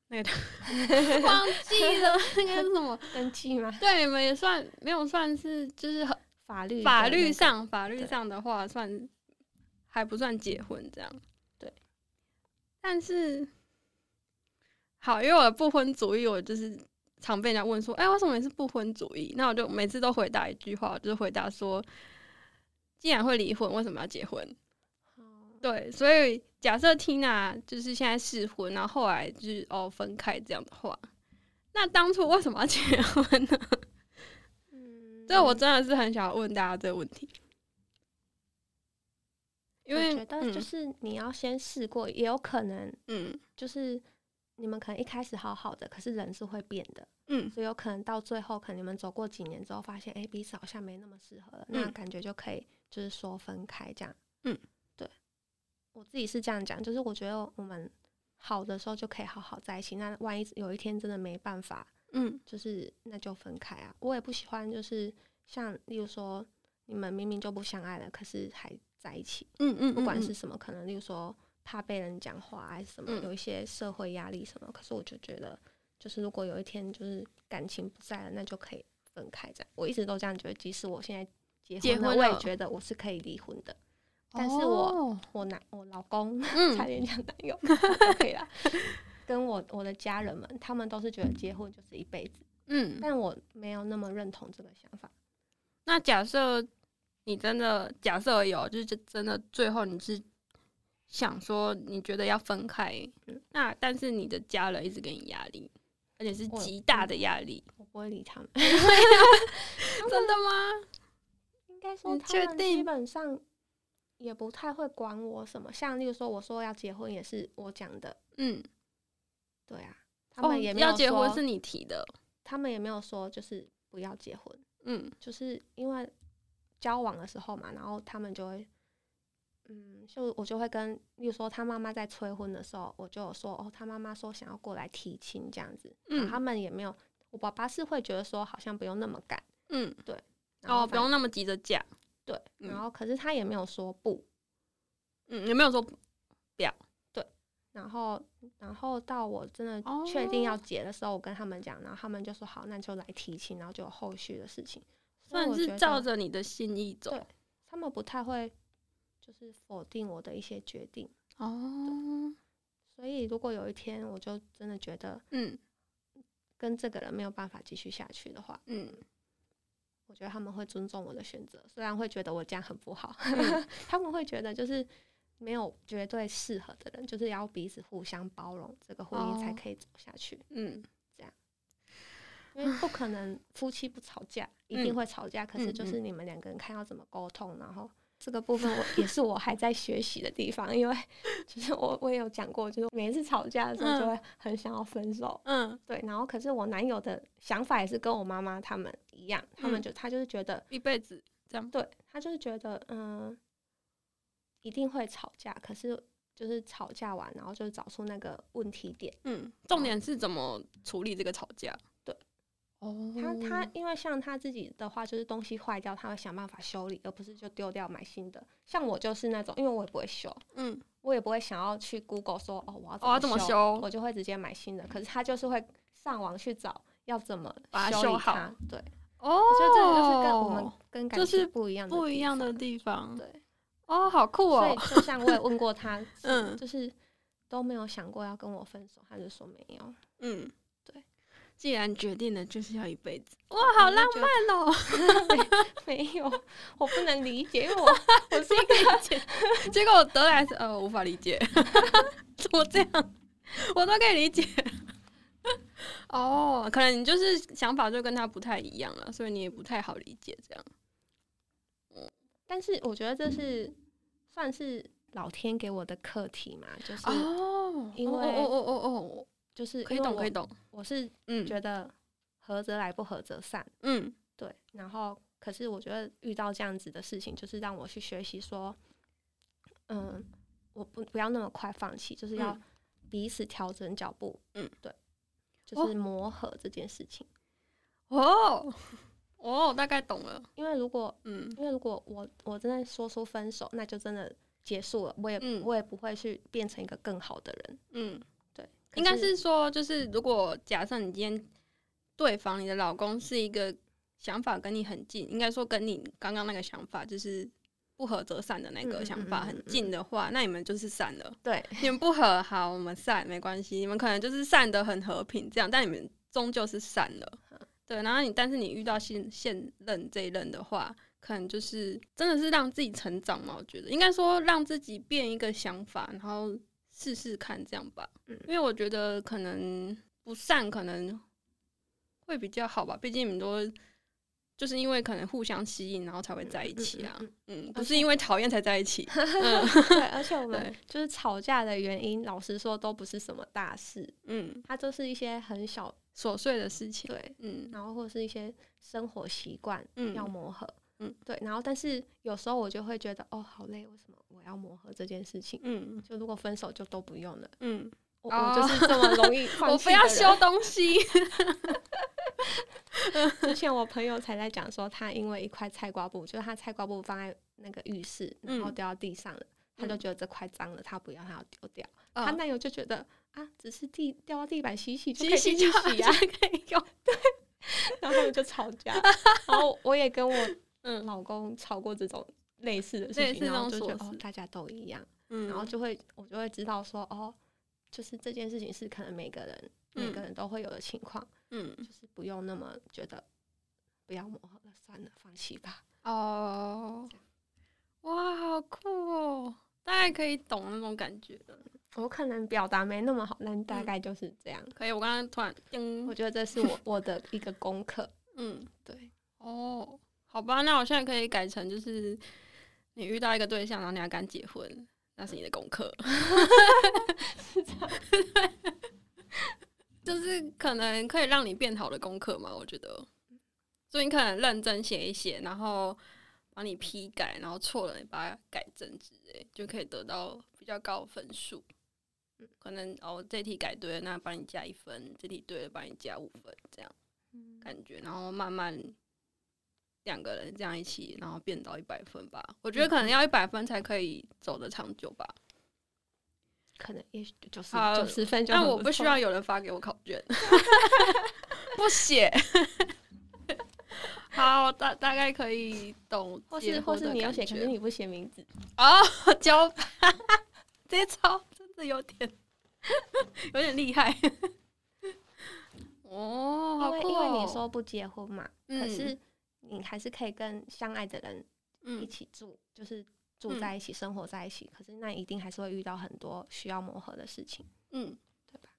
Speaker 1: 那个叫 忘记了，那个叫什么？
Speaker 2: 登记吗？
Speaker 1: 对，你们也算没有算是就是很
Speaker 2: 法律
Speaker 1: 法
Speaker 2: 的那
Speaker 1: 律
Speaker 2: 个
Speaker 1: 上法律
Speaker 2: 对
Speaker 1: 上的话算还不算结婚这样。
Speaker 2: 对，
Speaker 1: 但是好，因为我的不婚主义，我就是常被人家问说，哎、为什么你是不婚主义？那我就每次都回答一句话，我就是回答说，既然会离婚，为什么要结婚？
Speaker 2: 哦
Speaker 1: 对，所以假设 Tina 就是现在试婚，然后后来就是哦分开这样的话，那当初为什么要结婚呢？
Speaker 2: 嗯，
Speaker 1: 这我真的是很想问大家这个问题，因为
Speaker 2: 我觉得就是你要先试过，也有可能
Speaker 1: 嗯
Speaker 2: 就是你们可能一开始好好的，可是人是会变的，
Speaker 1: 嗯
Speaker 2: 所以有可能到最后，可能你们走过几年之后，发现哎、诶彼此好像没那么适合了，那
Speaker 1: 嗯
Speaker 2: 感觉就可以就是说分开这样。
Speaker 1: 嗯，
Speaker 2: 对，我自己是这样讲，就是我觉得我们好的时候就可以好好在一起，那万一有一天真的没办法，
Speaker 1: 嗯
Speaker 2: 就是那就分开啊。我也不喜欢就是像例如说你们明明就不相爱了，可是还在一起。
Speaker 1: 嗯嗯，
Speaker 2: 不管
Speaker 1: 嗯
Speaker 2: 是什么，可能例如说怕被人讲话啊还是什么，
Speaker 1: 嗯
Speaker 2: 有一些社会压力什么。可是我就觉得，就是如果有一天就是感情不在了，那就可以分开这样。我一直都这样觉得，即使我现在结
Speaker 1: 结
Speaker 2: 了，
Speaker 1: 婚
Speaker 2: 我也
Speaker 1: 了
Speaker 2: 觉得我是可以离婚的。但
Speaker 1: 但
Speaker 2: 是
Speaker 1: 是
Speaker 2: 我、
Speaker 1: 我
Speaker 2: 我男我老公 差
Speaker 1: 嗯
Speaker 2: 点讲男友都可以啦，跟我我的家人们，他们都是觉得结婚就是一辈子，
Speaker 1: 嗯，
Speaker 2: 但我没有那么认同这个想法。
Speaker 1: 那假设你真的假设有，就是真的最后你是想说你觉得要分开，
Speaker 2: 嗯
Speaker 1: 那但是你的家人一直给你压力，而且是
Speaker 2: 我嗯
Speaker 1: 极大的压力，
Speaker 2: 我不会理他们，
Speaker 1: 真的吗？
Speaker 2: 应该说
Speaker 1: 你
Speaker 2: 他
Speaker 1: 确
Speaker 2: 们基
Speaker 1: 定
Speaker 2: 本上也不太会管我什么，像例如说我说要结婚也是我讲的，
Speaker 1: 嗯，
Speaker 2: 对啊，他们也
Speaker 1: 哦
Speaker 2: 没有
Speaker 1: 要结婚
Speaker 2: 说
Speaker 1: 是你提的，
Speaker 2: 他们也没有说就是不要结婚，
Speaker 1: 嗯
Speaker 2: 就是因为交往的时候嘛，然后他们就会。嗯，就我就会跟，例如说他妈妈在催婚的时候，我就有说哦，他妈妈说想要过来提亲这样子，然后
Speaker 1: 嗯
Speaker 2: 啊他们也没有，我爸爸是会觉得说好像不用那么赶，
Speaker 1: 嗯，
Speaker 2: 然后
Speaker 1: 哦，不
Speaker 2: 反
Speaker 1: 用那么急着嫁，
Speaker 2: 对，
Speaker 1: 嗯
Speaker 2: 然后可是他也没有说不，
Speaker 1: 嗯，有没有说
Speaker 2: 然后，然后到我真的确定
Speaker 1: 哦
Speaker 2: 要结的时候，我跟他们讲，然后他们就说好，那就来提亲，然后就有后续的事情。所以
Speaker 1: 算
Speaker 2: 我觉
Speaker 1: 是
Speaker 2: 得
Speaker 1: 照着你的心意走
Speaker 2: 对？他们不太会就是否定我的一些决定。
Speaker 1: 哦，
Speaker 2: 所以如果有一天我就真的觉得
Speaker 1: 嗯
Speaker 2: 跟这个人没有办法继续下去的话，
Speaker 1: 嗯，
Speaker 2: 我觉得他们会尊重我的选择，虽然会觉得我这样很不好，
Speaker 1: 嗯
Speaker 2: 他们会觉得就是没有绝对适合的人，就是要彼此互相包容，这个婚姻才
Speaker 1: 哦
Speaker 2: 可以走下去。
Speaker 1: 嗯
Speaker 2: 因为不可能夫妻不吵架，一定会吵架。可是就
Speaker 1: 嗯
Speaker 2: 是你们两个人看要怎么沟通，然后这个部分我也是我还在学习的地方，因为 就是我我也有讲过，就是每一次吵架的时候
Speaker 1: 嗯
Speaker 2: 就会很想要分手，
Speaker 1: 嗯，
Speaker 2: 对。然后可是我男友的想法也是跟我妈妈他们一样，他们
Speaker 1: 嗯
Speaker 2: 就他就是觉得，
Speaker 1: 一辈子这样，
Speaker 2: 对他就是觉得，嗯，一定会吵架，可是。就是吵架完，然后就找出那个问题点。
Speaker 1: 嗯，重点是怎么处理这个吵架，
Speaker 2: 对，
Speaker 1: 哦，
Speaker 2: 他他因为像他自己的话，就是东西坏掉，他会想办法修理，而不是就丢掉买新的。像我就是那种，因为我也不会修，
Speaker 1: 嗯，
Speaker 2: 我也不会想要去 Google 说哦，我要
Speaker 1: 哦，要怎
Speaker 2: 怎
Speaker 1: 么
Speaker 2: 修，
Speaker 1: 修？
Speaker 2: 我就会直接买新的。可是他就是会上网去找要怎么
Speaker 1: 把它
Speaker 2: 修
Speaker 1: 修
Speaker 2: 理
Speaker 1: 好
Speaker 2: 它。对，
Speaker 1: 哦，
Speaker 2: 我觉得这个就是跟我们跟感
Speaker 1: 这
Speaker 2: 情
Speaker 1: 是
Speaker 2: 不一样的
Speaker 1: 不一样
Speaker 2: 地
Speaker 1: 的地方
Speaker 2: 方。，对，
Speaker 1: 哦，好酷
Speaker 2: 所
Speaker 1: 哦，，
Speaker 2: 以就像我也问过他
Speaker 1: 嗯
Speaker 2: 就是都没有想过要跟我分手，他就说没有。
Speaker 1: 嗯，
Speaker 2: 对，
Speaker 1: 既然决定了，就是要一辈子，哇，
Speaker 2: 我
Speaker 1: 好
Speaker 2: 就
Speaker 1: 浪
Speaker 2: 觉得
Speaker 1: 漫哦！
Speaker 2: 没有，我不能理解，因为我我是一个
Speaker 1: 结果我得来是呃，我无法理解， 怎么这样？我都可以理解。 哦，可能你就是想法就跟他不太一样了，所以你也不太好理解这样。
Speaker 2: 但是我觉得这是算是老天给我的课题嘛，就是、
Speaker 1: 哦
Speaker 2: 因为
Speaker 1: 哦哦哦哦
Speaker 2: 就是
Speaker 1: 哦，可以
Speaker 2: 因为
Speaker 1: 懂，
Speaker 2: 我
Speaker 1: 可以懂。
Speaker 2: 我是
Speaker 1: 嗯
Speaker 2: 觉得合则来，不合则散，
Speaker 1: 嗯
Speaker 2: 对。然后可是我觉得遇到这样子的事情，就是让我去学习说，嗯，我不不要那么快放弃，就是要
Speaker 1: 嗯
Speaker 2: 彼此调整脚步，
Speaker 1: 嗯，
Speaker 2: 对，就是磨合这件事情。
Speaker 1: 哦哦，大概懂了。
Speaker 2: 因为如果
Speaker 1: 嗯
Speaker 2: 因为如果我我真的说出分手，那就真的结束了，我也、
Speaker 1: 嗯
Speaker 2: 我也不会去变成一个更好的人。
Speaker 1: 嗯，
Speaker 2: 对，可
Speaker 1: 应该是说，就是如果假设你今天对方你的老公是一个想法跟你很近，应该说跟你刚刚那个想法就是不合则散的那
Speaker 2: 嗯嗯
Speaker 1: 个
Speaker 2: 嗯
Speaker 1: 想法
Speaker 2: 嗯嗯
Speaker 1: 很
Speaker 2: 嗯
Speaker 1: 近的话，那你们就是散了。
Speaker 2: 对，
Speaker 1: 你们不合，好，我们散没关系。你们可能就是散的很和平这样，但你们终究是散了。
Speaker 2: 嗯
Speaker 1: 对，然后你但是你遇到现现任这一任的话，可能就是真的是让自己成长嘛。我觉得应该说让自己变一个想法，然后试试看这样吧。
Speaker 2: 嗯
Speaker 1: 因为我觉得可能不散可能会比较好吧，毕竟你们都就是因为可能互相吸引，然后才会在一起啊。
Speaker 2: 嗯
Speaker 1: 嗯，
Speaker 2: 而
Speaker 1: 不
Speaker 2: 且
Speaker 1: 是因为讨厌才在一 起。嗯
Speaker 2: 嗯嗯对，而且我们
Speaker 1: 对
Speaker 2: 就是吵架的原因，老实说都不是什么大事，
Speaker 1: 嗯，
Speaker 2: 它就是一些很小
Speaker 1: 琐碎的事情。
Speaker 2: 对，
Speaker 1: 嗯
Speaker 2: 然后或是一些生活习惯
Speaker 1: 嗯，
Speaker 2: 要磨合，
Speaker 1: 嗯，
Speaker 2: 对，然后但是有时候我就会觉得哦，好累，为什么我要磨合这件事情？
Speaker 1: 嗯
Speaker 2: 就如果分手就都不用了，
Speaker 1: 嗯，
Speaker 2: 我、
Speaker 1: 哦
Speaker 2: 我就是这么容易放
Speaker 1: 我
Speaker 2: 弃
Speaker 1: 不
Speaker 2: 的人
Speaker 1: 要修东 西。
Speaker 2: 之前我朋友才在讲说，他因为一块菜瓜布，就是他菜瓜布放在那个浴室，然后
Speaker 1: 嗯
Speaker 2: 掉到地上了，他就
Speaker 1: 嗯
Speaker 2: 觉得这块脏了，他不要，他要丢掉。他
Speaker 1: 嗯
Speaker 2: 男友就觉得啊，只是地掉到地板洗洗就可
Speaker 1: 洗洗
Speaker 2: 以继续
Speaker 1: 就好
Speaker 2: 洗啊，
Speaker 1: 就可以用。
Speaker 2: 然后他们就吵 架。然后我也跟我
Speaker 1: 嗯
Speaker 2: 老公吵过这种类似的
Speaker 1: 类
Speaker 2: 事
Speaker 1: 似
Speaker 2: 情，然后
Speaker 1: 这种
Speaker 2: 就觉得
Speaker 1: 琐
Speaker 2: 哦
Speaker 1: 事，
Speaker 2: 大家都一样，
Speaker 1: 嗯，
Speaker 2: 然后就会我就会知道说哦，就是这件事情是可能每个人每个
Speaker 1: 嗯
Speaker 2: 人都会有的情况，
Speaker 1: 嗯
Speaker 2: 就是不用那么觉得不要磨合了，算了，放弃吧。
Speaker 1: 哦，哇，好酷哦！大概可以懂那种感觉了。
Speaker 2: 我可能表达没那么好，但大
Speaker 1: 嗯
Speaker 2: 概就是这样。
Speaker 1: 可以，我刚刚突然
Speaker 2: 我
Speaker 1: 叮，
Speaker 2: 觉得这是我我的一个功课。
Speaker 1: 嗯，
Speaker 2: 对，
Speaker 1: 哦，好吧，那我现在可以改成就是你遇到一个对象，然后你要敢结婚，那是你的功课。 就是可能可以让你变好的功课嘛，我觉得。所以你可能认真写一写，然后帮你批改，然后错了你把它改正之类，就可以得到比较高的分数。可能哦，这题改对了，那帮你加一分；这题对了，帮你加五分，这样。感觉，然后慢慢两个人这样一起，然后变到一百分吧。我觉得可
Speaker 2: 嗯
Speaker 1: 能要一百分才可以走得长久吧。
Speaker 2: 可能也许九十
Speaker 1: 好
Speaker 2: 九十分就
Speaker 1: 但
Speaker 2: 很错。啊
Speaker 1: 我不需要 有人发给我考卷，不写。好，大大概可以懂
Speaker 2: 或
Speaker 1: 结
Speaker 2: 是或
Speaker 1: 婚
Speaker 2: 是
Speaker 1: 的感觉，
Speaker 2: 你有写，可是你不写名字，
Speaker 1: 哦，交这招真的有点有点厉害。 哦，
Speaker 2: 因
Speaker 1: 好
Speaker 2: 为
Speaker 1: 酷、哦！
Speaker 2: 因为你说不结婚嘛，
Speaker 1: 嗯，
Speaker 2: 可是你还是可以跟相爱的人一
Speaker 1: 嗯
Speaker 2: 起住，就是住
Speaker 1: 嗯
Speaker 2: 在一起、生活在一起。可是那一定还是会遇到很多需要磨合的事情。
Speaker 1: 嗯，
Speaker 2: 对吧？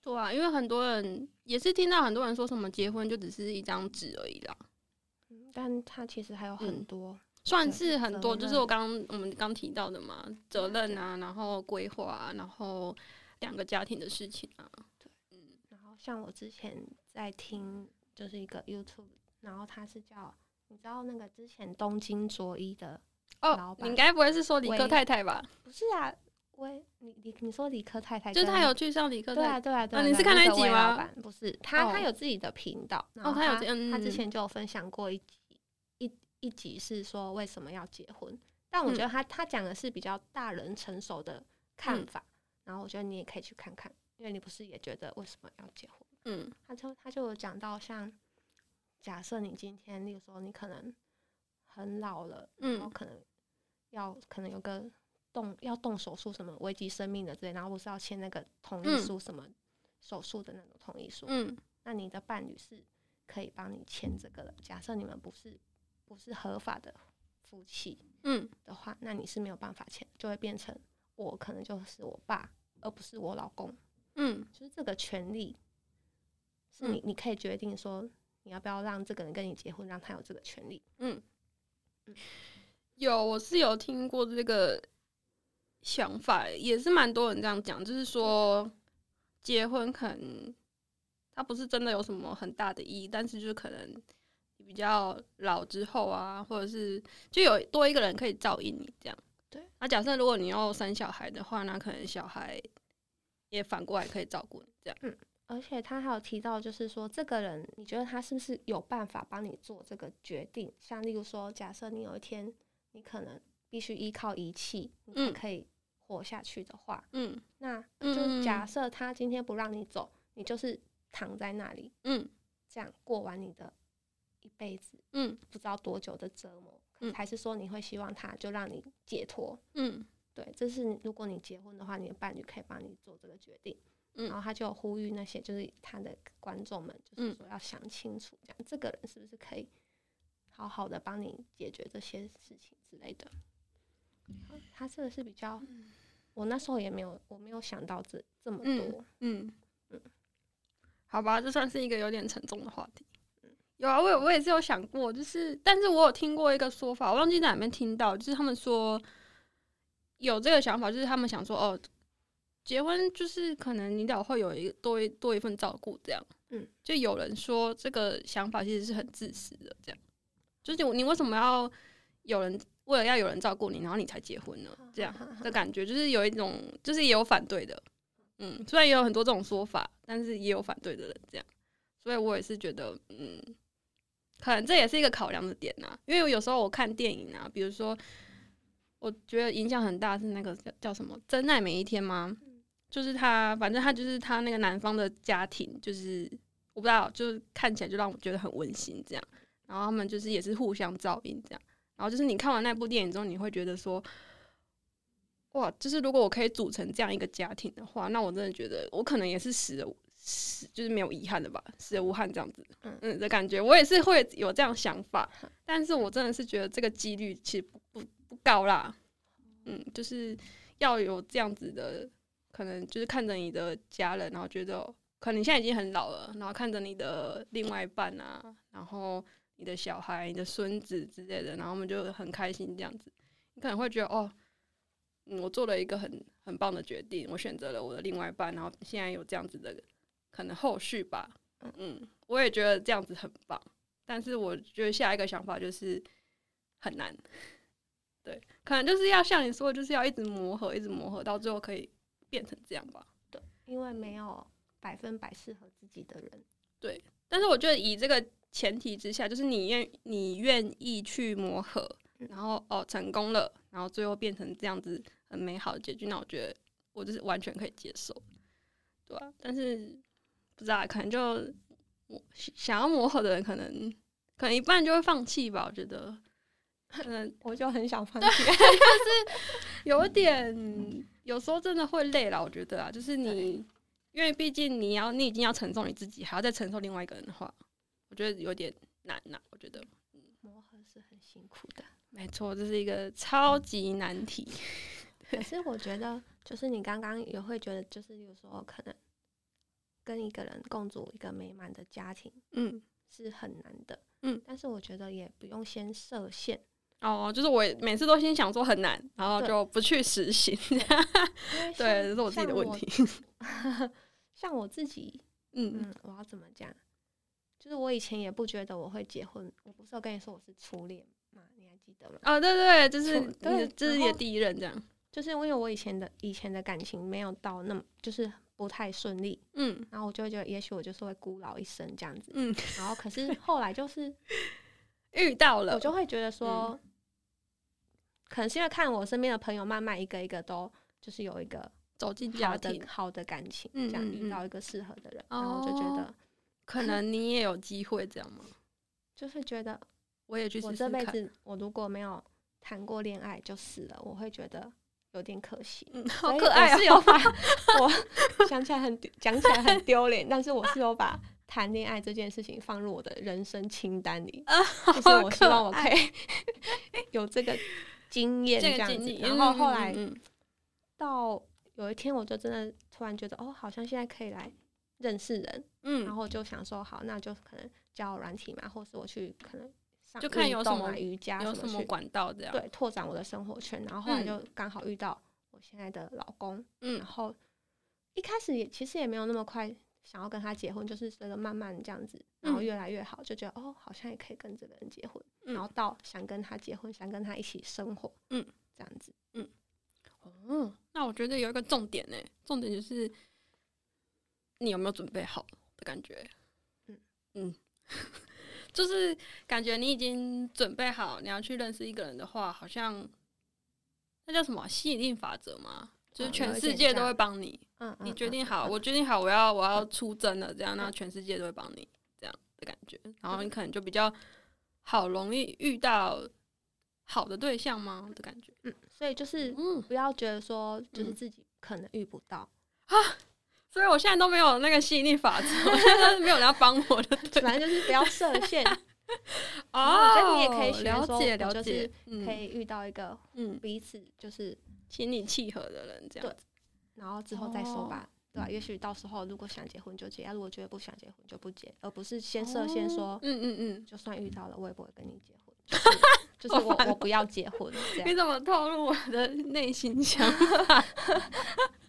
Speaker 1: 对啊，因为很多人也是听到很多人说什么结婚就只是一张纸而已啦，
Speaker 2: 嗯但它其实还有很
Speaker 1: 嗯
Speaker 2: 多，
Speaker 1: 算
Speaker 2: 对
Speaker 1: 是很多，
Speaker 2: 责
Speaker 1: 就是我刚我们刚提到的嘛，责任啊，然后规划、啊，然后两个家庭的事情啊，
Speaker 2: 然后像我之前在听，就是一个 YouTube，然后他是叫你知道那个之前东京卓一的，老
Speaker 1: 哦，
Speaker 2: 板
Speaker 1: 你该不会是说理科
Speaker 2: 喂
Speaker 1: 太太吧？
Speaker 2: 不是啊，喂，你你你说理科太太，
Speaker 1: 就是他有。去上理科
Speaker 2: 对
Speaker 1: 太
Speaker 2: 啊，
Speaker 1: 太，
Speaker 2: 对啊，对
Speaker 1: 啊
Speaker 2: 啊！
Speaker 1: 你
Speaker 2: 对啊
Speaker 1: 是看那一
Speaker 2: 个
Speaker 1: 集
Speaker 2: 魏老
Speaker 1: 吗
Speaker 2: 板不是他，他
Speaker 1: 哦
Speaker 2: 有自己的频道。然
Speaker 1: 哦
Speaker 2: 后
Speaker 1: 他有这嗯
Speaker 2: 他之
Speaker 1: 嗯
Speaker 2: 前就有分享过一集一一集是说为什么要结婚，但我觉得他他讲的是比较大人成熟的看
Speaker 1: 嗯
Speaker 2: 法，然后我觉得你也可以去看看，因为你不是也觉得为什么要结婚？
Speaker 1: 嗯
Speaker 2: 他就他就有讲到像，假设你今天，例如说你可能很老了，然后
Speaker 1: 嗯
Speaker 2: 可能要可能有个动要动手术什么危及生命的之类，然后不是要签那个同意
Speaker 1: 嗯
Speaker 2: 书什么手术的那种同意书，
Speaker 1: 嗯
Speaker 2: 那你的伴侣是可以帮你签这个的。假设你们不是不是合法的夫妻
Speaker 1: 嗯，
Speaker 2: 的话，那你是没有办法签，就会变成我可能就是我爸，而不是我老公。
Speaker 1: 嗯
Speaker 2: 就是这个权利，是你、你可以决定说你要不要让这个人跟你结婚，让他有这个权利。
Speaker 1: 有，我是有听过这个想法，也是蛮多人这样讲，就是说结婚可能它不是真的有什么很大的意义，但是就是可能你比较老之后啊，或者是就有多一个人可以照应你这样。
Speaker 2: 对，
Speaker 1: 那假设如果你要生小孩的话，那可能小孩也反过来可以照顾你这样。
Speaker 2: 而且他还有提到，就是说这个人，你觉得他是不是有办法帮你做这个决定？像例如说，假设你有一天你可能必须依靠仪器，你才
Speaker 1: 嗯
Speaker 2: 可以活下去的话，
Speaker 1: 嗯
Speaker 2: 那
Speaker 1: 嗯
Speaker 2: 就是假设他今天不让你走，你就是躺在那里，
Speaker 1: 嗯
Speaker 2: 这样过完你的一辈子，
Speaker 1: 嗯
Speaker 2: 不知道多久的折磨。
Speaker 1: 嗯
Speaker 2: 还是说你会希望他就让你解脱？
Speaker 1: 嗯
Speaker 2: 对，这是如果你结婚的话，你的伴侣可以帮你做这个决定。
Speaker 1: 嗯
Speaker 2: 然后他就有呼吁那些就是他的观众们，就是
Speaker 1: 嗯
Speaker 2: 说要想清楚，这样、这个人是不是可以好好的帮你解决这些事情之类的。好他这个是比较，我那时候也没有，我没有想到这这么
Speaker 1: 嗯
Speaker 2: 多。
Speaker 1: 嗯
Speaker 2: 嗯，
Speaker 1: 好吧，这算是一个有点沉重的话题。
Speaker 2: 嗯
Speaker 1: 有啊，我有我也是有想过，就是，但是我有听过一个说法，我忘记在哪边听到，就是他们说有这个想法，就是他们想说，哦，结婚就是可能你老会有一个多一多一份照顾，这样，
Speaker 2: 嗯，
Speaker 1: 就有人说这个想法其实是很自私的，这样，就是你你为什么要有人为了要有人照顾你，然后你才结婚呢？这 样的感觉，就是有一种，就是也有反对的，嗯，虽然也有很多这种说法，但是也有反对的人这样，所以我也是觉得，嗯，可能这也是一个考量的点呐、因为有时候我看电影啊，比如说，我觉得影响很大是那个叫叫什么《真爱每一天》吗？就是他，反正他就是他那个男方的家庭，就是我不知道，就是看起来就让我觉得很温馨这样。然后他们就是也是互相照应这样。然后就是你看完那部电影之后，你会觉得说，哇，就是如果我可以组成这样一个家庭的话，那我真的觉得我可能也是死的死，就是没有遗憾的吧，死而无憾这样子，
Speaker 2: 嗯
Speaker 1: 嗯的感觉，我也是会有这样想法，但是我真的是觉得这个几率其实不不不高啦，嗯，就是要有这样子的，可能就是看着你的家人，然后觉得哦可能你现在已经很老了，然后看着你的另外一半啊，然后你的小孩、你的孙子之类的，然后我们就很开心这样子，你可能会觉得哦。嗯，我做了一个很很棒的决定，我选择了我的另外一半，然后现在有这样子的可能后续吧。嗯，我也觉得这样子很棒，但是我觉得下一个想法就是很难。对，可能就是要像你说的，就是要一直磨合，一直磨合，到最后可以变成这样吧。
Speaker 2: 因为
Speaker 1: 嗯
Speaker 2: 没有百分百适合自己的人，
Speaker 1: 但是我觉得以这个前提之下，就是你愿你愿意去磨合，然后哦成功了，然后最后变成这样子很美好的结局，那我觉得我就是完全可以接受，对啊，但是不知道啊，可能就我想要磨合的人，可能可能一半就会放弃吧。我觉得， 嗯，
Speaker 2: 我就很想 放弃。
Speaker 1: 有一点，有时候真的会累了。我觉得啊，就是你，因为毕竟你要，你已经要承受你自己，还要再承受另外一个人的话，我觉得有点难呐、我觉得，
Speaker 2: 磨合是很辛苦的，
Speaker 1: 没错，这是一个超级难题。
Speaker 2: 可是我觉得，就是你刚刚也会觉得，就是有时候可能跟一个人共组一个美满的家庭
Speaker 1: 嗯，
Speaker 2: 是很难的，
Speaker 1: 嗯，
Speaker 2: 但是我觉得也不用先设限，
Speaker 1: 哦，就是我也每次都先想说很难，然后
Speaker 2: 对
Speaker 1: 就不去实行。
Speaker 2: 因为
Speaker 1: 对，
Speaker 2: 像
Speaker 1: 这是我自己的问。题。
Speaker 2: 像我像我自己，
Speaker 1: 嗯，
Speaker 2: 嗯，我要怎么讲？就是我以前也不觉得我会结婚，我不是有跟你说我是初恋吗？你还记得吗？
Speaker 1: 哦，对对，就是
Speaker 2: 错
Speaker 1: 你
Speaker 2: 对
Speaker 1: 的这是
Speaker 2: 然
Speaker 1: 你的
Speaker 2: 后
Speaker 1: 第一任这样。
Speaker 2: 就是因为我以前的以前的感情没有到那么，就是不太顺利，
Speaker 1: 嗯
Speaker 2: 然后我就会觉得，也许我就是会孤老一生这样子。
Speaker 1: 嗯，
Speaker 2: 然后可是后来就是
Speaker 1: 遇到了嗯
Speaker 2: 我，就会觉得说，可能是因为看我身边的朋友慢慢一个一个都就是有一个
Speaker 1: 走进
Speaker 2: 好
Speaker 1: 家
Speaker 2: 的
Speaker 1: 庭，
Speaker 2: 好的感情，
Speaker 1: 嗯
Speaker 2: 这样
Speaker 1: 嗯嗯
Speaker 2: 遇到一个适合的人，然后我就觉
Speaker 1: 哦
Speaker 2: 得
Speaker 1: 可能你也有机会这样吗？
Speaker 2: 就是觉得
Speaker 1: 我也去试
Speaker 2: 我
Speaker 1: 试
Speaker 2: 这辈
Speaker 1: 看。
Speaker 2: 子我如果没有谈过恋爱就死了，我会觉得有点可惜。
Speaker 1: 嗯，好
Speaker 2: 所以
Speaker 1: 可爱
Speaker 2: 哎我是
Speaker 1: 哦、
Speaker 2: 有 把我想起来很丢讲起来很丢脸，但是我是有把谈恋爱这件事情放入我的人生清单里， 就是
Speaker 1: 啊好
Speaker 2: 我希
Speaker 1: 可
Speaker 2: 望我可以 有这个经验这
Speaker 1: 这个
Speaker 2: 样
Speaker 1: 经
Speaker 2: 子
Speaker 1: 历。。
Speaker 2: 然后后
Speaker 1: 嗯
Speaker 2: 来
Speaker 1: 嗯嗯
Speaker 2: 到有一天，我就真的突然觉得，哦，好像现在可以来认识人，
Speaker 1: 嗯
Speaker 2: 然后就想说，好，那就可能教软体嘛，或是我去可能上
Speaker 1: 就看
Speaker 2: 运
Speaker 1: 有什
Speaker 2: 动
Speaker 1: 么
Speaker 2: 啊瑜伽
Speaker 1: 有
Speaker 2: 什
Speaker 1: 什么
Speaker 2: 去
Speaker 1: 管道这样？，
Speaker 2: 对，拓展我的生活圈。然后后来
Speaker 1: 嗯
Speaker 2: 就刚好遇到我现在的老公，然
Speaker 1: 嗯
Speaker 2: 后一开始也其实也没有那么快想要跟他结婚，就是随着慢慢这样子，然后
Speaker 1: 嗯
Speaker 2: 越来越好，就觉得哦，好像也可以跟这个人结婚，然后
Speaker 1: 嗯
Speaker 2: 到想跟他结婚，想跟他一起生活，
Speaker 1: 嗯，
Speaker 2: 这样子。
Speaker 1: 嗯。那我觉得有一个重点呢、重点就是你有没有准备好的感觉。嗯
Speaker 2: 嗯
Speaker 1: 嗯， 就是感觉你已经准备好，你要去认识一个人的话，好像那叫什么啊吸引力法则吗？就是
Speaker 2: 嗯
Speaker 1: 全
Speaker 2: 有一
Speaker 1: 世
Speaker 2: 点
Speaker 1: 界都
Speaker 2: 像
Speaker 1: 会帮你。
Speaker 2: 嗯，
Speaker 1: 你
Speaker 2: 嗯
Speaker 1: 决
Speaker 2: 嗯
Speaker 1: 定
Speaker 2: 嗯
Speaker 1: 好，
Speaker 2: 嗯
Speaker 1: 我决定好，我要我要出征了，这样，那
Speaker 2: 嗯
Speaker 1: 全世界都会帮你这样的感觉，然后你可能就比较好，容易遇到好的对象吗的感觉？
Speaker 2: 嗯，所以就是
Speaker 1: 嗯，
Speaker 2: 不要觉得说就是
Speaker 1: 嗯
Speaker 2: 自己可能遇不到，
Speaker 1: 所以我现在都没有那个吸引力法则， 我现在都没有人要帮我的 对
Speaker 2: 反正就是不要设限，
Speaker 1: 哦，
Speaker 2: 觉得你也可以学
Speaker 1: 了
Speaker 2: 说
Speaker 1: 解
Speaker 2: 我
Speaker 1: 了
Speaker 2: 就是
Speaker 1: 解，
Speaker 2: 可
Speaker 1: 嗯
Speaker 2: 以遇到一个
Speaker 1: 嗯，
Speaker 2: 彼此就是，
Speaker 1: 心理契合的人这样子，
Speaker 2: 然后之后再说
Speaker 1: 哦
Speaker 2: 吧。对啊吧、也许到时候如果想结婚就结，啊如果觉得不想结婚就不结，而不是先设限说
Speaker 1: 哦，嗯嗯嗯，
Speaker 2: 就算遇到了我也不会跟你结 婚，就是就是
Speaker 1: 好
Speaker 2: 我
Speaker 1: 烦
Speaker 2: 我
Speaker 1: 哦
Speaker 2: 不要结婚这
Speaker 1: 你
Speaker 2: 样，
Speaker 1: 怎么透露我的内心想法？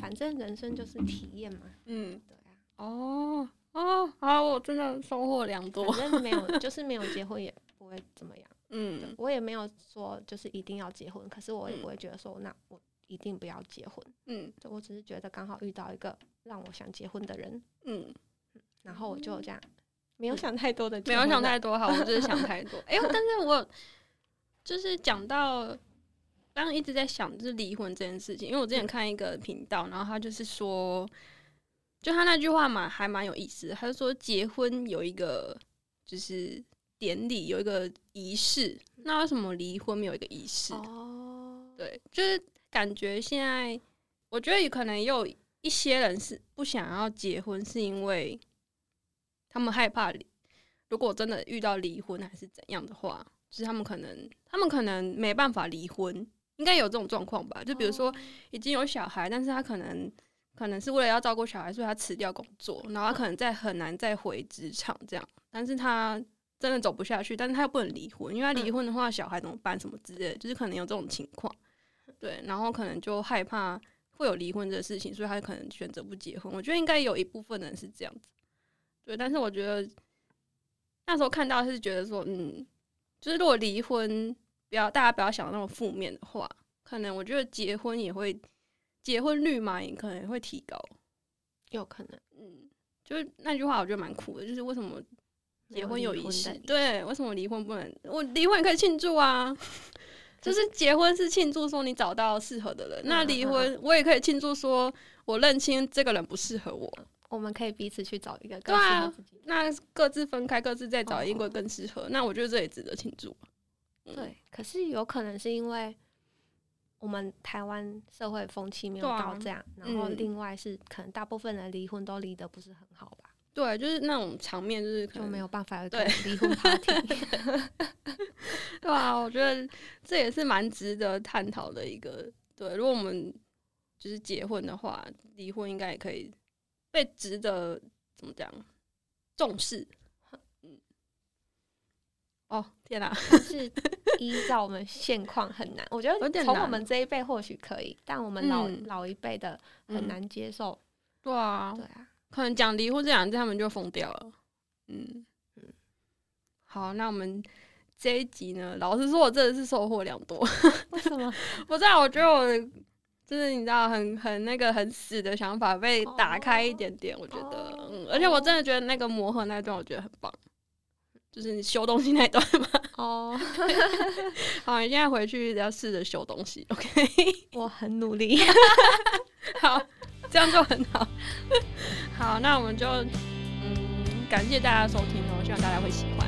Speaker 2: 反正人生就是体验嘛，
Speaker 1: 嗯，
Speaker 2: 对 啊，
Speaker 1: 哦哦，好，我真的收获良多，
Speaker 2: 反正没有就是没有结婚也不会怎么样。
Speaker 1: 嗯。
Speaker 2: 我也没有说就是一定要结婚，可是我也
Speaker 1: 嗯
Speaker 2: 不会觉得说那我一定不要结婚，
Speaker 1: 嗯
Speaker 2: 对我只是觉得刚好遇到一个让我想结婚的人，
Speaker 1: 嗯，
Speaker 2: 然后我就这样没有想太多的，
Speaker 1: 没有想太多，好，我就是想太多。哎、但是我就是讲到刚刚一直在想就是离婚这件事情，因为我之前看一个频道，然后他就是说，就他那句话嘛，还蛮有意思的。他就说结婚有一个就是典礼，有一个仪式，那为什么离婚没有一个仪式？
Speaker 2: 哦，
Speaker 1: 对，就是感觉现在，我觉得也可能也有一些人是不想要结婚，是因为他们害怕离，如果真的遇到离婚还是怎样的话，就是他们可能他们可能没办法离婚，应该有这种状况吧？就比如说已经有小孩，但是他可能。可能是为了要照顾小孩，所以他辞掉工作，然后他可能再很难再回职场这样。但是他真的走不下去，但是他又不能离婚，因为他离婚的话，小孩怎么办？什么之类的，就是可能有这种情况。对，然后可能就害怕会有离婚的事情，所以他可能选择不结婚。我觉得应该有一部分人是这样子，对。但是我觉得那时候看到是觉得说，嗯，就是如果离婚，不要大家不要想那么负面的话，可能我觉得结婚也会结婚率嘛，也可能会提高。
Speaker 2: 有可能
Speaker 1: 嗯，就是那句话我觉得蛮酷的，就是为什么结婚有
Speaker 2: 没
Speaker 1: 仪
Speaker 2: 离
Speaker 1: 式
Speaker 2: 婚的，
Speaker 1: 对，为什么离婚不能？我离婚也可以庆祝 啊，就是结婚是庆祝说你找到适合的人，那
Speaker 2: 嗯嗯
Speaker 1: 离
Speaker 2: 嗯
Speaker 1: 婚我也可以庆祝说我认清这个人不适合我，
Speaker 2: 我们可以彼此去找一个
Speaker 1: 对
Speaker 2: 更适
Speaker 1: 啊
Speaker 2: 合自己的。
Speaker 1: 那各自分开，各自再找一个更适合。那我觉得这也值得庆祝。嗯
Speaker 2: 哦对，可是有可能是因为我们台湾社会风气没有
Speaker 1: 对啊
Speaker 2: 到这样，然后
Speaker 1: 嗯
Speaker 2: 另外是可能大部分人离婚都离得不是很好吧，
Speaker 1: 对，就是那种场面，就是可
Speaker 2: 就
Speaker 1: 能
Speaker 2: 没有办法有
Speaker 1: 对
Speaker 2: 离 婚 party。
Speaker 1: 对啊，我觉得这也是蛮值得探讨的一个。对，如果我们就是结婚的话，离婚应该也可以被值得怎么讲重视。嗯，哦天哪、
Speaker 2: 就是依照我们现况很难，我觉
Speaker 1: 有
Speaker 2: 得
Speaker 1: 点
Speaker 2: 从我
Speaker 1: 难
Speaker 2: 们这一辈或许可以，但我们老、
Speaker 1: 嗯
Speaker 2: 老一辈的很
Speaker 1: 嗯
Speaker 2: 难接受。
Speaker 1: 对啊，
Speaker 2: 对啊，
Speaker 1: 可能讲离婚这两个字，他们就疯掉了。嗯
Speaker 2: 嗯
Speaker 1: 好，那我们这一集呢，老实说，我真的是收获良多。
Speaker 2: 为什 么？
Speaker 1: 不知道，我觉得我的就是你知道很很那个很死的想法被打开一点点，我觉得，
Speaker 2: 哦
Speaker 1: 嗯，而且我真的觉得那个磨合那一段我觉得很棒，就是你修东西那一段嘛。
Speaker 2: 哦，
Speaker 1: 好，你现在回去要试着修东西，OK？
Speaker 2: 我很努力。
Speaker 1: 好，这样就很好。 好，那我们就嗯感谢大家收听哦，希望大家会喜欢。